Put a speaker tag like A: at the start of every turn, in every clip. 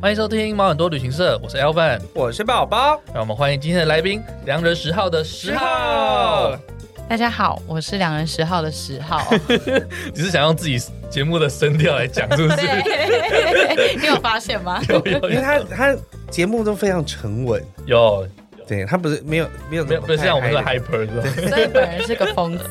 A: 欢迎收听毛很多旅行社，我是 Elvin。
B: 我是宝宝，
A: 让我们欢迎今天的来宾，良人十号的十号。
C: 大家好，我是两人十号的十号，
A: 你是想用自己节目的声调来讲，是不是？
C: 对，你有发现吗？
A: 有有
B: 因为
A: 有
B: 他他节目都非常沉稳，
A: 有，
B: 对他不是没有没有
A: 没有不是像我们
B: 的
A: 的 hyper 是吧？
C: 所以本人是个疯子。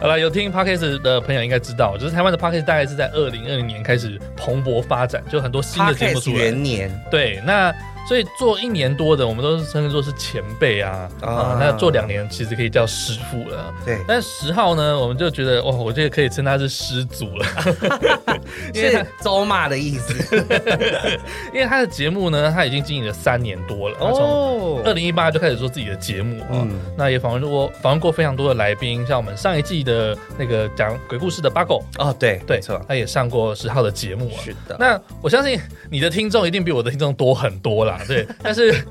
A: 好了，有听 podcast 的朋友应该知道，就是台湾的 podcast 大概是在二零二零年开始蓬勃发展，就很多新的节目
B: podcast
A: 出来
B: 元。年，
A: 对，那所以做一年多的，我们都是称之作是前辈啊啊、
B: 啊
A: 那做两年其实可以叫师傅了。
B: 对，
A: 但十号呢，我们就觉得哇，我觉得可以称他是师祖了， 因为
B: 是走马的意思
A: 因为他的节目呢，他已经经营了三年多了， 他从二零一八就开始做自己的节目啊、
B: 哦嗯
A: 那也访问过访问过非常多的来宾，像我们上一季的那个讲鬼故事的八狗，
B: 哦，对
A: 对
B: 没错，，
A: 他也上过十号的节目啊。
B: 是的那
A: 那我相信你的听众一定比我的听众多很多啦，对。但 是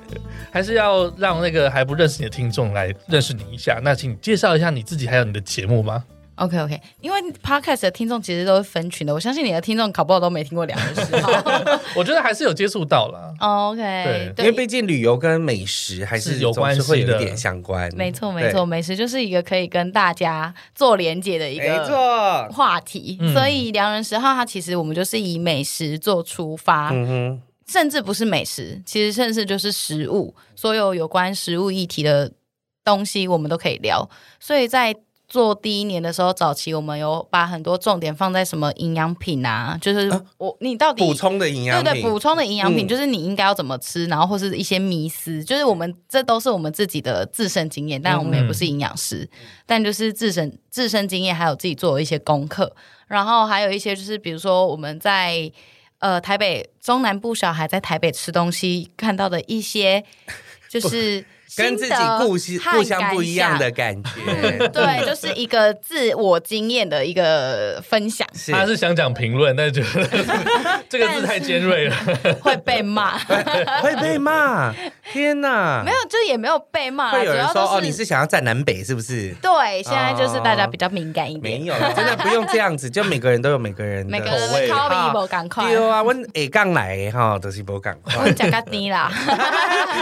A: 还是要让那个还不认识你的听众来认识你一下。那请你介绍一下你自己还有你的节目吗？
C: OK OK，因为 Podcast 的听众其实都是分群的，我相信你的听众搞不好都没听过两人十号。
A: 我觉得还是有接触到啦。
C: OK，
B: 因为毕竟旅游跟美食还是
A: 是有
B: 总
A: 关系
B: 会有
A: 的
B: 一点相关，
C: 没错
B: 对
C: 没错，，美食就是一个可以跟大家做连接的一
B: 没
C: 个
B: 错，
C: 话题，
A: 嗯
C: 所以良人十号它其实我们就是以美食做出发，
B: 嗯哼，
C: 甚至不是美食，其实甚至就是食物，所有有关食物议题的东西我们都可以聊。所以在做第一年的时候，早期我们有把很多重点放在什么营养品啊，就是我、你到底
B: 补充的营养
C: 对
B: 品，
C: 对补充的营养品，
B: 嗯
C: 就是你应该要怎么吃，然后或是一些迷思，就是我们这都是我们自己的自身经验，但我们也
B: 嗯
C: 不是营养师，但就是自身自身经验，还有自己做的一些功课，然后还有一些就是比如说我们在。呃，台北中南部小孩在台北吃东西看到的 一些，就是
B: 跟自己故乡
C: 心得
B: 故乡不一样的
C: 和
B: 感觉，
C: 感想， 对，就是一个自我经验的一个分享，
B: 是
A: 他是想讲评论，但是觉得这个字太尖锐了。
C: 会被 骂，
B: 会被骂，天哪！
C: 没有，就也没有被骂啦，
B: 会有
C: 主
B: 人
C: 要
B: 说
C: 都
B: 哦，你是想要站南北是不是？
C: 对，现在就是大家
B: 哦
C: 比较敏感一点，
B: 没有，真的不用这样子，就每个人都有每个人的
C: 每个
B: 口
C: 人
B: 味
C: 的口
B: 哈
C: 味不赶快，
B: 对啊，我下杠来的哈，都是不 赶
C: 我
B: 快
C: 们。讲个低 啦，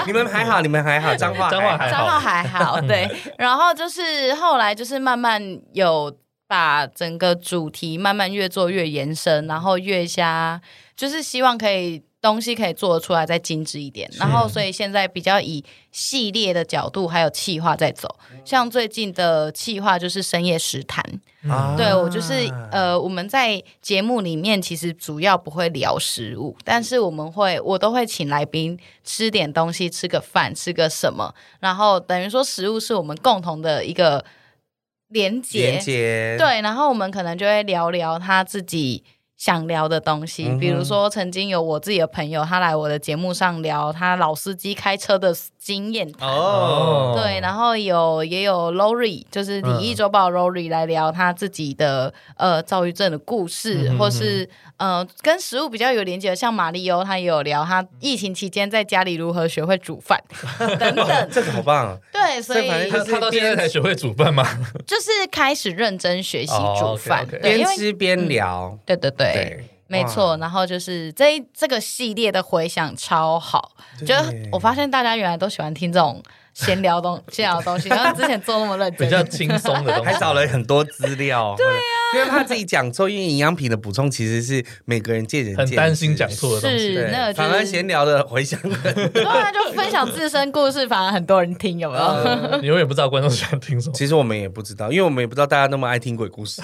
B: 你们还好，你们还好， 脏话
A: 脏话还好
C: 账号还好，对。然后就是后来就是慢慢有把整个主题慢慢越做越延伸，然后越加就是希望可以东西可以做得出来再精致一点。然后所以现在比较以系列的角度还有企划在走，像最近的企划就是深夜食谈，
A: 啊，
C: 对我就是呃，我们在节目里面其实主要不会聊食物，但是我们会我都会请来宾吃点东西，吃个饭，吃个什么，然后等于说食物是我们共同的一个连
B: 连
C: 结，
B: 接，
C: 对，然后我们可能就会聊聊他自己。想聊的东西，比
B: 嗯
C: 如
B: 哼
C: 说曾经有我自己的朋友，他来我的节目上聊他老司机开车的经验谈
B: 哦，
C: 对，然后有也有 Lori，就是李毅周报 Lori 来聊他自己的、呃躁郁症的故事，
A: 嗯
C: 或是呃跟食物比较有连接的，像马里欧他也有聊他疫情期间在家里如何学会煮饭等等。
B: 这个好棒，
C: 对，所以
B: 这反正
A: 他他到现在才学会煮饭吗？
C: 就是开始认真学习
A: 哦
C: 煮
A: ，OK，OK
C: 饭，对，
B: 边
C: 因为
B: 吃边聊，
C: 对对对。
B: 对，
C: 没错，然后就是这一这个系列的回响超好，就是我发现大家原来都喜欢听这种闲聊东闲聊的东西，然后之前做那么认 真，
A: 比较轻松的东西，
B: 还找了很多资料，
C: 啊
B: 对呀，因为怕自己讲错，因为营养品的补充其实是每个人见仁见
A: 很
B: 智，
A: 担心讲错的东西。
C: 是
B: 对，
C: 那个
B: 反而
C: 就是
B: 闲聊的回响很。
C: 对啊，就分享自身故事，反而很多人听，有没
B: 呃
C: 有？
A: 你永远不知道观众喜欢听什么。
B: 其实我们也不知道，因为我们也不知道大家那么爱听鬼故事。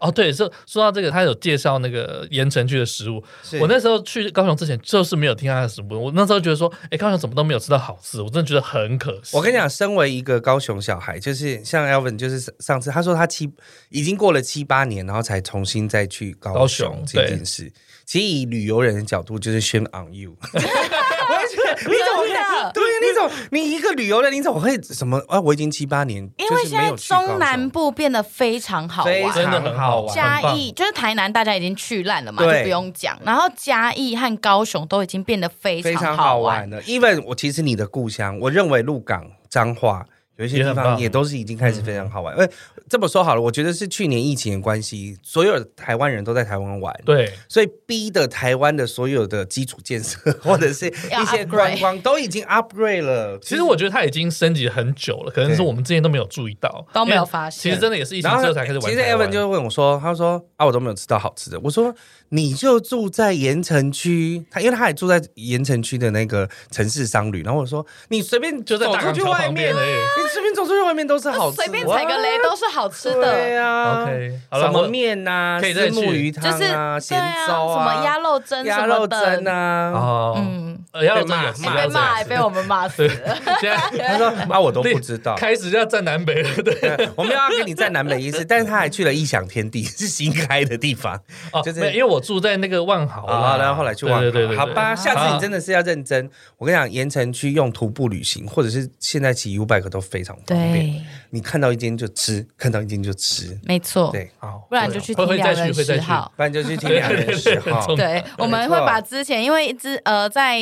A: 哦，对，说说到这个，他有介绍那个盐城区的食物。
B: 是
A: 我那时候去高雄之前，就是没有听他的食物。我那时候觉得说，哎，高雄怎么都没有吃到好吃，我真的觉得很可惜。
B: 我跟你讲，身为一个高雄小孩，就是像 Elvin，就是上上次他说他七已经过了七八年，然后才重新再去高
A: 高
B: 雄
A: 雄
B: 这
A: 对
B: 件事。其实以旅游人的角度，就是 shame on you， 我也觉得你怎么
C: 真的
B: 会？对，啊你怎么你一个旅游的，你怎么会什么？啊，我已经七八年，
C: 因为
B: 就是
C: 现
B: 没
C: 在
B: 有去高雄
C: 中南部变得非常好
B: 非
C: 玩，
A: 真的很好玩，很
C: 嘉
A: 棒
C: 义就是台南，大家已经去烂了嘛，就
B: 对
C: 不用讲。然后嘉义和高雄都已经变得非
B: 非常
C: 好
B: 好玩。的。even 我其实你的故乡，我认为鹿港、彰化有一些
A: 也
B: 地
A: 很
B: 方
A: 棒嗯
B: 也都是已经开始非常好玩。因为这么说好了，我觉得是去年疫情的关系，所有的台湾人都在台湾玩。
A: 对，
B: 所以逼的台湾的所有的基础建设 或者是
C: 要
B: 一些
C: upgrade
B: 观光都已经 upgrade 了。
A: 其实我觉得它已经升级很久了，可能是
B: 对
A: 我们之前都没有注意到，
C: 都没有
A: 因为
C: 发现
A: 其实真的也是疫情
B: 然后
A: 之后才开始玩
B: 其实
A: 台湾
B: Evan 就问我说：“他说啊，我都没有吃到好吃的。”我说：“你就住在盐城区，他因为他也住在盐城区的那个城市商旅。”然后我说：“你随便
A: 就在
B: 走
A: 大
B: 出
A: 港
B: 去
A: 桥
B: 外
A: 旁
B: 面
A: 边，而已。
B: 你随便走出去外面都是好吃，
C: 随便踩个雷都是好吃
B: 对
C: 的，
B: 啊
A: OK，好了
B: 什
A: 我
B: 么面呐，
A: 可以再
B: 虱目
A: 去
B: 鱼
C: 就
B: 汤
C: 是
B: 啊，
C: 对
B: 咸
C: 啊，
B: 粥
C: 什么鸭肉蒸
B: 鸭
C: 什
B: 肉
C: 么的
B: 蒸，啊。
A: 哦，
C: 嗯，
A: 呃，要有这
B: 被骂
A: 个
B: 死
A: 是
C: 哎
A: 要这
C: 被
A: 个
C: 骂，哎
A: 是
C: 被我们骂死
A: 对
C: 了。
A: 现在
B: 他说啊，我 都不知 道。
A: 开始要站南北了，对，
B: 对 我们要给你在南北一 次，但是他还去了异想天地， 是新开的地方。
A: 哦，
B: 就是
A: 没有因为我住在那个万豪
B: 啊，
A: 啦
B: 然后后来去忘
A: 哦对
B: 了，
A: 对对对，
B: 好
A: 对
B: 吧，下次
A: 好
B: 你真的是要认真。我跟你讲，盐城区用徒步旅行，或者是现在骑 U bike 都非常方便。
C: 对，
B: 你看到一间就吃，看到一间就吃，
C: 没错，
B: 对，
A: 好，
C: 不然就去
A: 会
C: 听
A: 会
C: 两
A: 再去，
C: 人
A: 会再
C: 十
A: 去。
C: 号。
B: 不然就去听两人十号。
A: 对
C: 对，我们会
B: 没错
C: 把之前因为之呃在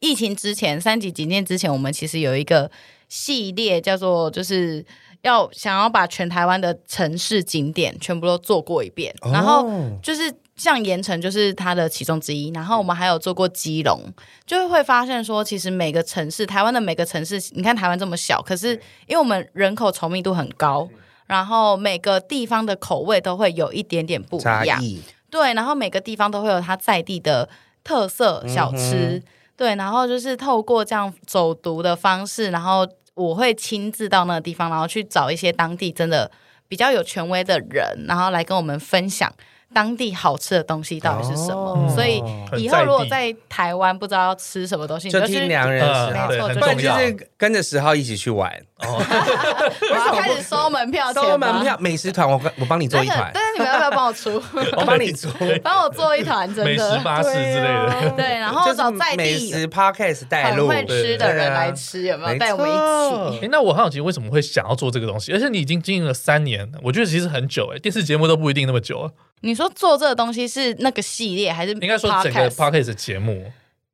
C: 疫情之前三级警戒之前，我们其实有一个系列叫做就是。要想要把全台湾的城市景点全部都做过一遍，
B: 哦
C: 然后就是像盐城就是它的其中之一，然后我们还有做过基隆，就会发现说，其实每个城市，台湾的每个城市，你看台湾这么小，可是因为我们人口稠密度很高，然后每个地方的口味都会有一点点不
B: 差
C: 一样，
B: 异，
C: 对，然后每个地方都会有它在地的特
B: 嗯
C: 色小吃，对，然后就是透过这样走读的方式，然后我会亲自到那个地方，然后去找一些当地真的比较有权威的人，然后来跟我们分享当地好吃的东西到底是什么。
B: 哦
C: 所以
A: 嗯很
C: 以
A: 在
C: 后如果
A: 地
C: 在台湾不知道要吃什么东西，你
B: 就
C: 去
B: 听两人十
A: 嗯，
B: 号
C: 没。
A: 对，
C: 错
A: 很
C: 就
B: 不然
A: 重
B: 就
A: 要。
B: 是跟着十号一起去玩，
C: 我要开始收门票钱吗
B: 收门票，美食团，我我帮你做
C: 那
B: 一
C: 个，
B: 团，
C: 但是你们要不要帮我出？
B: 我帮你做。
C: 帮我做一团，真
A: 美
C: 的
A: 食巴士之类 的，
C: 对，啊然后
B: 就是
C: 找在
B: 美
C: 地
B: 食 podcast 带
C: 很
B: 路，啊
C: 会吃的人
A: 啊
C: 来吃，有没有带我们一起？
A: 哎，那我好奇为什么会想要做这个东西？而且你已经经营了三年，我觉得其实很久哎，电视节目都不一定那么久啊。
C: 你说做这个东西是那个系列还是
A: 应该说整个
C: podcast？
A: podcast 的节目，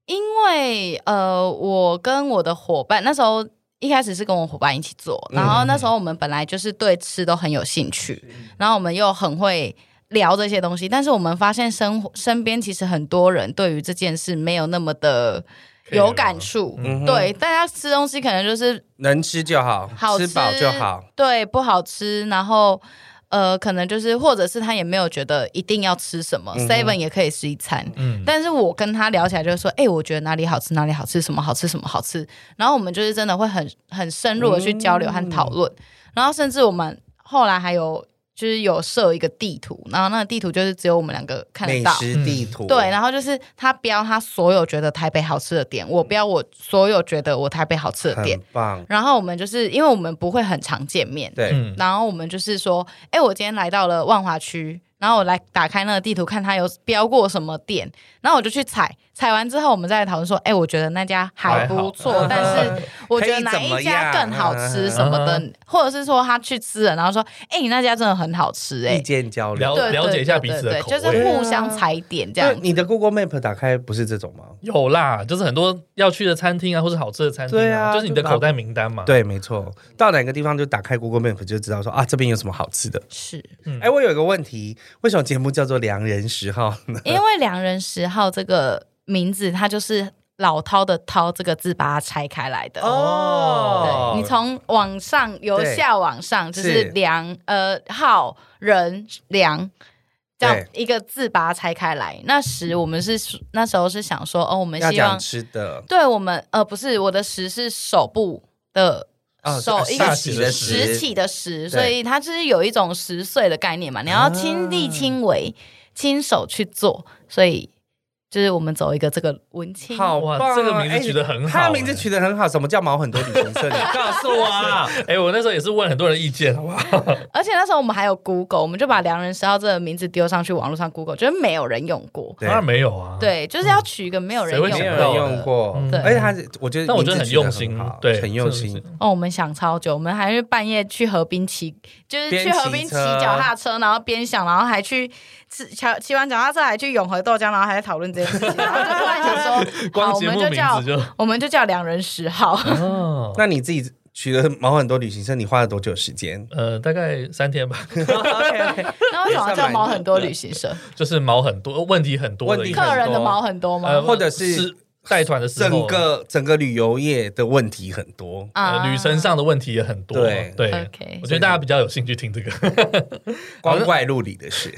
C: 因为呃，我跟我的伙伴那时候一开始是跟我伙伴一起做，然后那
A: 嗯
C: 时候我们本来就是对吃都很有兴趣，然后我们又很会。聊这些东西，但是我们发现生活身边其实很多人对于这件事没有那么的有感触，
B: 嗯哼
C: 对，大家吃东西可能就是
B: 能吃就好，
C: 好
B: 吃饱就好。，
C: 对，不好吃，然后呃，可能就是或者是他也没有觉得一定要吃什么、
B: 嗯
C: s e v e n 也可以是一餐。
A: 嗯，
C: 但是我跟他聊起来，就是说，哎、我觉得哪里好吃，哪里好吃，什么好吃，什么好吃。然后我们就是真的会很很深入的去交流
B: 嗯
C: 和讨论。然后甚至我们后来还有就是有设一个地图，然后那个地图就是只有我们两个看得
B: 美
C: 到。
B: 食地图，
C: 嗯对，然后就是他标他所有觉得台北好吃的点，我标我所有觉得我台北好吃的点
B: 嗯很，棒，
C: 然后我们就是因为我们不会很常见面，
B: 对，
A: 嗯
C: 然后我们就是说，哎，我今天来到了万华区，然后我来打开那个地图，看它有标过什么店，然后我就去踩，踩完之后我们再来讨论说，哎，我觉得那家还不 错，
B: 还好
C: 但是我觉得哪
B: 可以怎
C: 一
B: 么样
C: 家更好吃什么的， 或者是说他去吃了，然后说，哎，你那家真的很好吃、
B: 意
C: 哎。
B: 见交
A: 聊
B: 流。
C: 对，
A: 了解一下
C: 对
A: 彼此
C: 对
A: 的
C: 对
A: 口
C: 就是
A: 味
C: 互相踩点这样
B: 对。你的 Google Map 打开不是这种吗？
A: 有啦，就是很多要去的餐厅啊，或是好吃的餐厅
B: 对
A: 啊，
B: 啊
A: 就是你的口袋名单嘛。，
B: 对，没错，到哪个地方就打开 Google Map 就知道说啊，这边有什么好吃的。
C: 是
B: 哎、我有一个问题，为什么节目叫做“良人十号”呢？
C: 因为“良人十号”这个名字，它就是老饕的“饕”这个字把它拆开来的。
A: 哦
C: 对你从往上由
B: 哦对
C: 下往上，就是
B: 是
C: 梁呃号人梁。这样一个字把它拆开来，那时我们是那时候是想说，哦，我们
B: 要
C: 希望
B: 讲吃的，
C: 对我们呃不是我的十是手部的
B: 哦
C: 手、
B: 是
C: 一个
B: 下起的
A: 十
C: 拾起的拾，所以它就是有一种
B: 啊
C: 拾穗的概念嘛，你要亲力亲为、亲手去做，所以就是我们走一个这个文青。
B: 好棒、啊！
A: 哇这个名字
B: 哎
A: 取得很好
B: 他名字取得很好。什么叫毛很多旅行社？你
D: 告诉我啊，
A: 哎、我那时候也是问很多人意见，好不好？
C: 而且那时候我们还有 Google，我们就把“良人十号”这个名字丢上去网络上 Google，觉得没有人用 过。
B: 对
A: 当然没有啊。，
C: 对，就是要取一个没有人
A: 谁会
C: 用
A: 想
B: 嗯没有
A: 到
B: 人
A: 的
B: 用过
A: 嗯，
C: 对
B: 而且他是，我觉得，
A: 但我觉得很用心，对，
B: 很用
A: 真
B: 心
A: 的。是。
C: 哦，我们想超久，我们还是半夜去河滨骑，就是
B: 边
C: 去河滨
B: 骑
C: 骑
B: 车
C: 脚踏车，然后边想，然后还去吃骑骑完脚踏车还去永和豆浆，然后还在讨论这 件事情，然后就突然想说，
A: 光
C: 好，我
A: 节
C: 们
A: 目
C: 就
A: 名
C: 叫
A: 字就
C: 我们就叫良人十号。
A: 哦，
B: 那你自己取了毛很多旅行社，你花了多久时 间？
A: 呃，大概三天吧，
C: 那为什么叫毛很多旅行社？
A: 就是毛很多，问题很多的
B: 问
A: 一
B: 题
A: 个，
C: 客人的毛很多吗？
A: 呃，
B: 或者是
A: 带团的时候，
B: 整个整个旅游业的问题很多，
A: 呃旅程上的问题也很多。
B: 对
A: 对
C: 啊 OK
A: 我觉得大家比较有兴趣听这个。
B: 光怪陆离的事。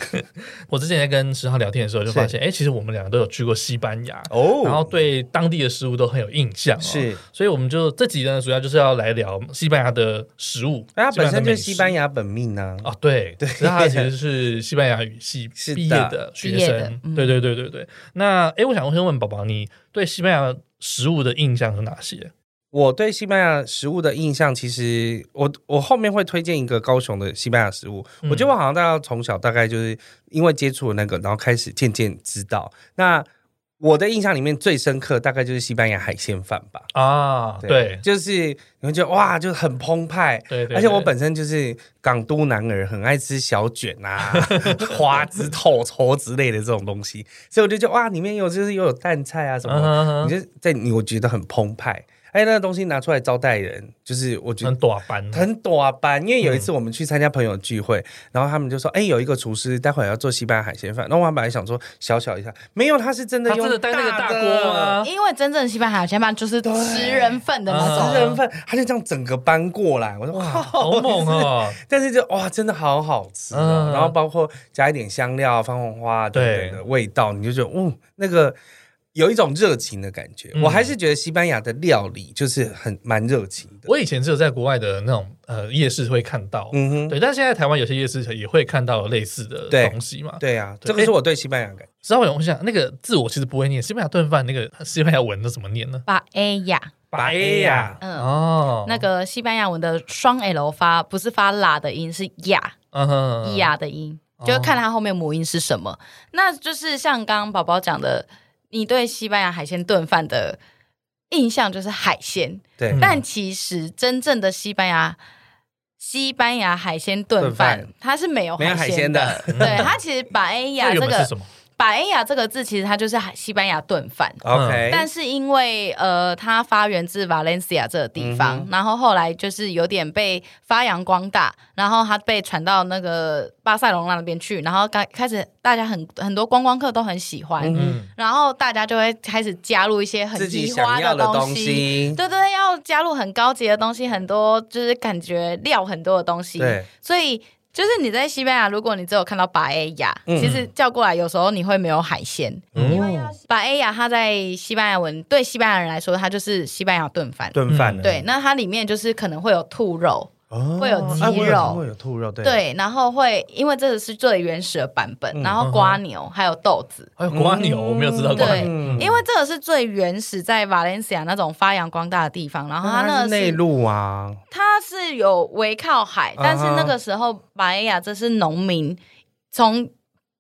A: 我之前在跟十号聊天的时候，就发现，哎，其实我们两个都有去过西班牙，
B: 哦
A: 然后对当地的食物都很有印象 哦。
B: 是，
A: 所以我们就这集呢，主要就是要来聊西班牙的食物，
B: 他哎本身就是
A: 西
B: 西
A: 班牙
B: 班牙
A: 的美食
B: 本命呢。
A: 啊，对，
B: 对
A: 所以他其实是西班牙语系
B: 是的
A: 毕业的学
C: 毕业
A: 生
C: 的，嗯
A: 对对对对对。那哎，诶我想先问宝宝，你对西班牙食物的印象有哪些？
B: 我对西班牙食物的印象，其实我我后面会推荐一个高雄的西班牙食物。
A: 嗯
B: 我觉得我好像大概从小大概就是因为接触了那个，然后开始渐渐知道。那我的印象里面最深刻，大概就是西班牙海鲜饭吧。
A: 啊，对
B: 就是你会觉得哇，就是很澎湃。
A: 对对，
B: 而且我
A: 对
B: 本身就是港都男儿，很爱吃小卷啊、 花枝透抽之类的这种东西，所以我就觉得哇，里面有就是又有蛋菜啊什么的，
A: 嗯哼
B: 你就在你我觉得很澎湃。哎，那个东西拿出来招待人，就是我觉
A: 很
B: 得
A: 短啊班，
B: 很短板。因为有一
A: 嗯
B: 次我们去参加朋友聚会，然后他们就说：“哎，有一个厨师待会儿要做西班牙海鲜饭。”那我本来想说小小一下，没有，他是真的
A: 他
B: 用
A: 真的带那个大锅啊哦
B: 的
A: 吗？
C: 因为真正的西班牙先饭就是十人份的那
A: 啊
C: 种，
B: 十人份，他就这样整个搬过来。我说：“
A: 哇，
B: 哇，
A: 好猛哦！
B: 但是就哇，真的好好吃、哦
A: 嗯
B: 然后包括加一点香料、番红花等等的味道，你就觉得，嗯，那个有一种热情的感觉。
A: 嗯
B: 我还是觉得西班牙的料理就是很蛮热情的。
A: 我以前只有在国外的那种呃夜市会看到，
B: 嗯哼，
A: 对，但现在台湾有些夜市也会看到类似的
B: 对
A: 东西嘛。
B: 对啊，
A: 对
B: 这个是我对西班牙的感觉。
A: 稍微我想那个字我其实不会念，西班牙炖饭那个西班牙文的怎么念呢？
C: 把 A 呀。
B: 哎
A: 巴耶
B: Paella
C: 嗯
A: 哦，
C: 那个西班牙文的双 L 发不是发啦的音，是呀
A: 嗯哼
C: 呀的音，
A: 哦
C: 就是看它后面母音是什么。那就是像刚刚宝宝讲的，你对西班牙海鲜炖饭的印象就是海鲜，
B: 对，
A: 嗯
C: 但其实真正的西班牙。西班牙海鲜炖
B: 炖
C: 饭
B: 饭，
C: 它是没有
B: 没有海鲜
C: 鲜的。
B: 的。
C: 对，它其实把 A 呀
A: 那原
C: 这
A: 本是
C: 个
A: 什么？
C: 把 A 呀这个字，其实它就是海西班牙炖饭。
B: 嗯 OK，
C: 但是因为呃，它发源自 Valencia 这个地
B: 嗯
C: 方，
B: 哼
C: 然后后来就是有点被发扬光大，然后它被传到那个巴塞隆纳那边去，然后开开始大家很很多观光客都很喜欢，
B: 嗯
A: 嗯，
C: 然后大家就会开始加入一些很
B: 自己
C: 奇
B: 想
C: 花
B: 要的
C: 东
B: 东
C: 西。
B: 西，
C: 对对对，要加入很高级的东西，很多就是感觉料很多的东西，
B: 对，
C: 所以就是你在西班牙，如果你只有看到巴埃亚，
B: 嗯
C: 其实叫过来有时候你会没有海鲜，因为要巴埃亚它在西班牙文对西班牙人来说，它就是西班牙炖饭。
B: 炖饭
A: 嗯
B: 的，
C: 对，那它里面就是可能会有兔肉，
B: 哦
C: 会有鸡
B: 啊我
C: 肉
B: 听过有兔肉，对，
C: 对，然后会因为这个是最原始的版本，
B: 嗯
C: 然后瓜牛还有豆子，
A: 还有哎瓜牛，我没有知道瓜
C: 对
A: 牛。
B: 嗯
C: 因为这个是最原始在 Valencia 那种发扬光大的地方，然后它
B: 嗯它
C: 那
B: 是
C: 个
B: 内
C: 是
B: 陆啊，
C: 它是有围靠海，但是
B: 啊哈
C: 那个时候巴埃亚这是农民从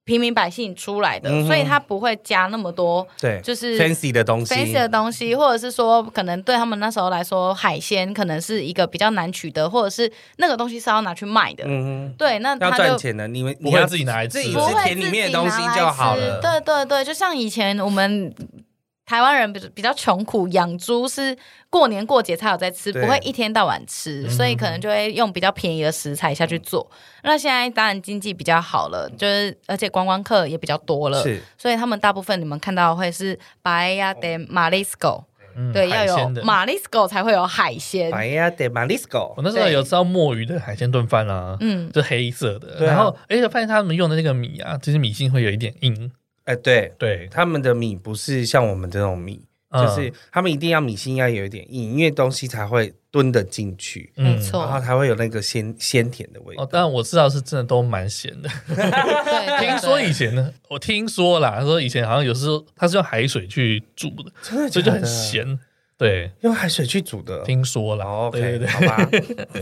C: 平民百姓出来的，
B: 嗯哼
C: 所以它不会加那么多
B: 对，
C: 就是
B: fancy 的东西
C: fancy 的东西，或者是说可能对他们那时候来说，海鲜可能是一个比较难取得，或者是那个东西是要拿去卖的。
B: 嗯
C: 对，那
B: 哼，要
C: 他
B: 赚
C: 就。
B: 钱的，你们
A: 不
B: 你
A: 会
B: 要
A: 自己拿来吃
B: 自己
A: 的，
B: 吃
C: 不会
B: 甜里面的东西
C: 自己拿来
B: 就好
C: 吃
B: 了
C: 对对对，就像以前我们台湾人比比较穷苦，养猪是过年过节才有在吃，不
B: 对嗯
C: 会一天到晚吃，所以可能就会用比较便宜的食材下去做。那现在当然经济比较好了，就是而且观光客也比较多了，
B: 是哦
C: 所以他们大部分你们看到会是 Bahia de Marisco，、
A: 嗯
C: 对，要有
A: 海鲜的
C: Marisco 才会有海鲜。
B: 哎呀得 Marisco，
A: 我那时候
C: 对
A: 有吃到墨鱼的海鲜炖饭啊，
C: 嗯，
A: 就黑色的，
B: 对啊
A: 然后而且发现他们用的那个米啊，其实米性会有一点硬，
B: 哎，对
A: 对，
B: 他们的米不是像我们这种米，
A: 嗯
B: 就是他们一定要米心要有一点硬，因为东西才会蹲得进去，
A: 嗯
C: 没错
B: 然后才会有那个鲜鲜甜的味道。
A: 哦，当然我知道是真的都蛮咸的。
C: 对，
A: 听说以前呢，我听说啦，他说以前好像有时候他是用海水去煮的，
B: 真的 假
A: 所以
B: 的
A: 就很，咸。对，
B: 用海水去煮的。
A: 听说啦。
B: 哦
A: 对对
B: OK，
A: 对，
B: 好吧，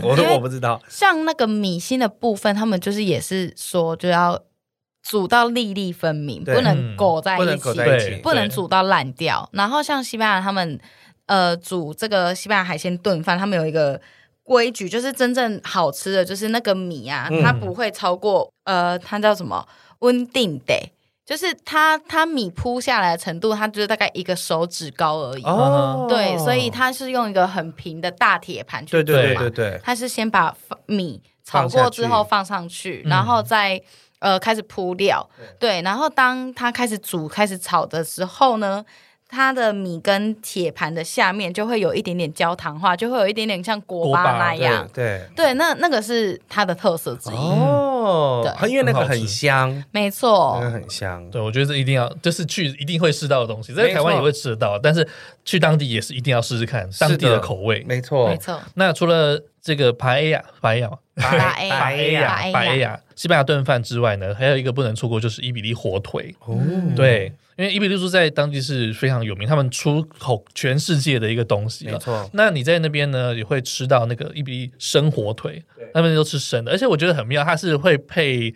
B: 我都我不知道。
C: 像那个米心的部分，他们就是也是说就要煮到粒粒分明，
B: 对
C: 不能裹在
A: 嗯
B: 不
C: 一
B: 能
C: 起
B: 裹，在一
A: 对
B: 起，
C: 不能煮到烂掉。然后像西班牙他们呃煮这个西班牙海鲜炖饭，他们有一个。规矩就是真正好吃的，就是那个米啊，
B: 嗯
C: 它不会超过呃，它叫什么温定得，就是它它米铺下来的程度，它就是大概一个手指高而已。
B: 哦，
C: 对，所以它是用一个很平的大铁盘去
B: 对对对
C: 做嘛
B: 对对，
C: 他是先把米炒
B: 放
C: 过
B: 下
C: 之后
B: 去
C: 放上去，
A: 嗯
C: 然后再呃开始铺料。对，然后当它开始煮、开始炒的时候呢，它的米跟铁盘的下面就会有一点点焦糖化，就会有一点点像锅
A: 锅巴
C: 巴那
A: 哎
C: 样。
B: 对
C: 对，那那个是它的特色之
B: 对
C: 一，
B: 哦，
C: 对哦
B: 因为那个
A: 很好吃
B: 很香，
C: 没错
B: 那。个很香。
A: 对，我觉得这一定要，就是去一定会试到的东西，在
B: 没错
A: 台湾也会吃得到，但是去当地也是一定要试试看当地的口味。
B: 没错
C: 没，错，
A: 那除了这个排亚排亚
C: 巴 A
B: 白呀，
C: 巴 A
A: 排亚西班牙炖饭之外呢，还有一个不能错过就是伊比利火腿。
B: 哦，
A: 对，
B: 嗯
A: 因为伊比利猪在当地是非常有名，他们出口全世界的一个东西
B: 没
A: 了。
B: 错，
A: 那你在那边呢，也会吃到那个伊比利生火腿，他们都吃生的，而且我觉得很妙，它是会配，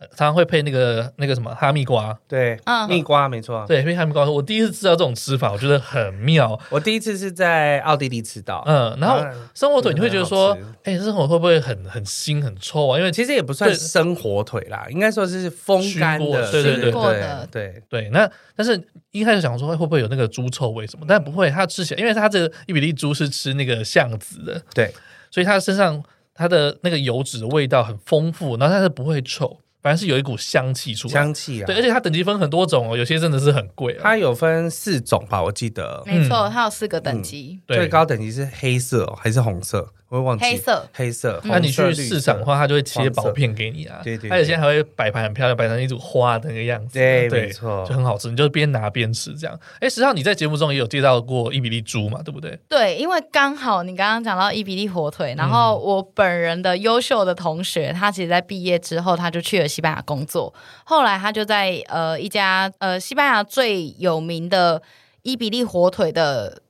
A: 呃常常会配那个那个什么哈密瓜，
B: 对，
C: 嗯
B: 蜜瓜没错。
A: 对，配哈密瓜。我第一次吃到这种吃法，我觉得很妙。
B: 我第一次是在奥地利吃到，
A: 嗯，然
B: 当
A: 后
B: 然
A: 生火腿你会觉得说
B: 真的很好，
A: 哎、生火腿会不会很很腥很臭啊？因为其实
B: 其实也不算
A: 对
B: 生火腿啦，应该说是风干
A: 熏过
B: 的，
A: 对对
C: 对
B: 对
C: 熏过的
B: 对，
A: 对，那但是一开始想说会不会有那个猪臭味什么，但不会，它吃起来，因为它这个伊比利猪是吃那个橡子的，
B: 对，
A: 所以它身上它的那个油脂的味道很丰富，然后它是不会臭，反而是有一股香气出来。
B: 香气啊
A: 对，，而且它等级分很多种哦，有些真的是很贵、啊。
B: 它有分四种吧，我记得
C: 没错，它有四个等级，
A: 对
B: 最高等级是黑色哦还是红色，我会忘记
C: 黑色
B: 黑色。
A: 嗯那你
B: 红
A: 去
B: 色绿
A: 市场的
B: 色
A: 话，它就会切
B: 黄色
A: 薄片给你啊。
B: 对对对
A: 它有些还会摆盘很漂亮，摆成一组花的那个样子。啊
B: 对没错
A: 就很好吃，你就边拿边吃这样。哎，实际上你在节目中也有介绍过伊比利猪嘛，对不对？
C: 对，因为刚好你刚刚讲到伊比利火腿，然后我本人的优秀的同学，他其实在毕业之后，他就去了西班牙工作，后来他就在呃一家呃西班牙最有名的伊比利火腿的。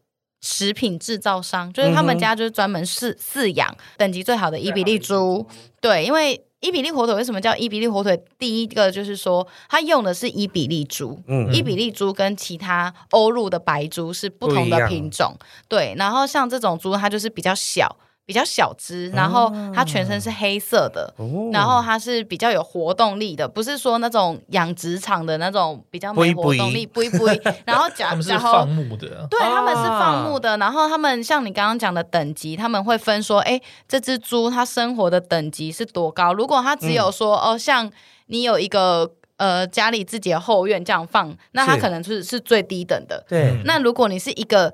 C: 食品制造商就是他们
B: 嗯哼
C: 家就是专门饲饲养等级最好啊的伊比利猪，对，因为伊比利火腿为什么叫伊比利火腿？第一个就是说它用的是伊比利猪，
B: 嗯
C: 伊比利猪跟其他欧陆的白猪是不同的品种，对。然后像这种猪，它就是比较小、比较小只，然后它全身是黑色的，
B: 哦
C: 然后它是比较有活动力的，不是说那种养殖场的那种比较没活动力，不一 不一。然后
A: 他
C: 讲，
A: 们是
C: 然后
A: 放牧的，
C: 对，他们是
B: 啊
C: 放牧的，然后他们像你刚刚讲的等级，他们会分说，哎，这只猪它生活的等级是多高？如果它只有说，哦，像你有一个呃家里自己的后院这样放，那它
B: 是
C: 可能是是最低等的。
B: 对
A: 嗯
C: 那如果你是一个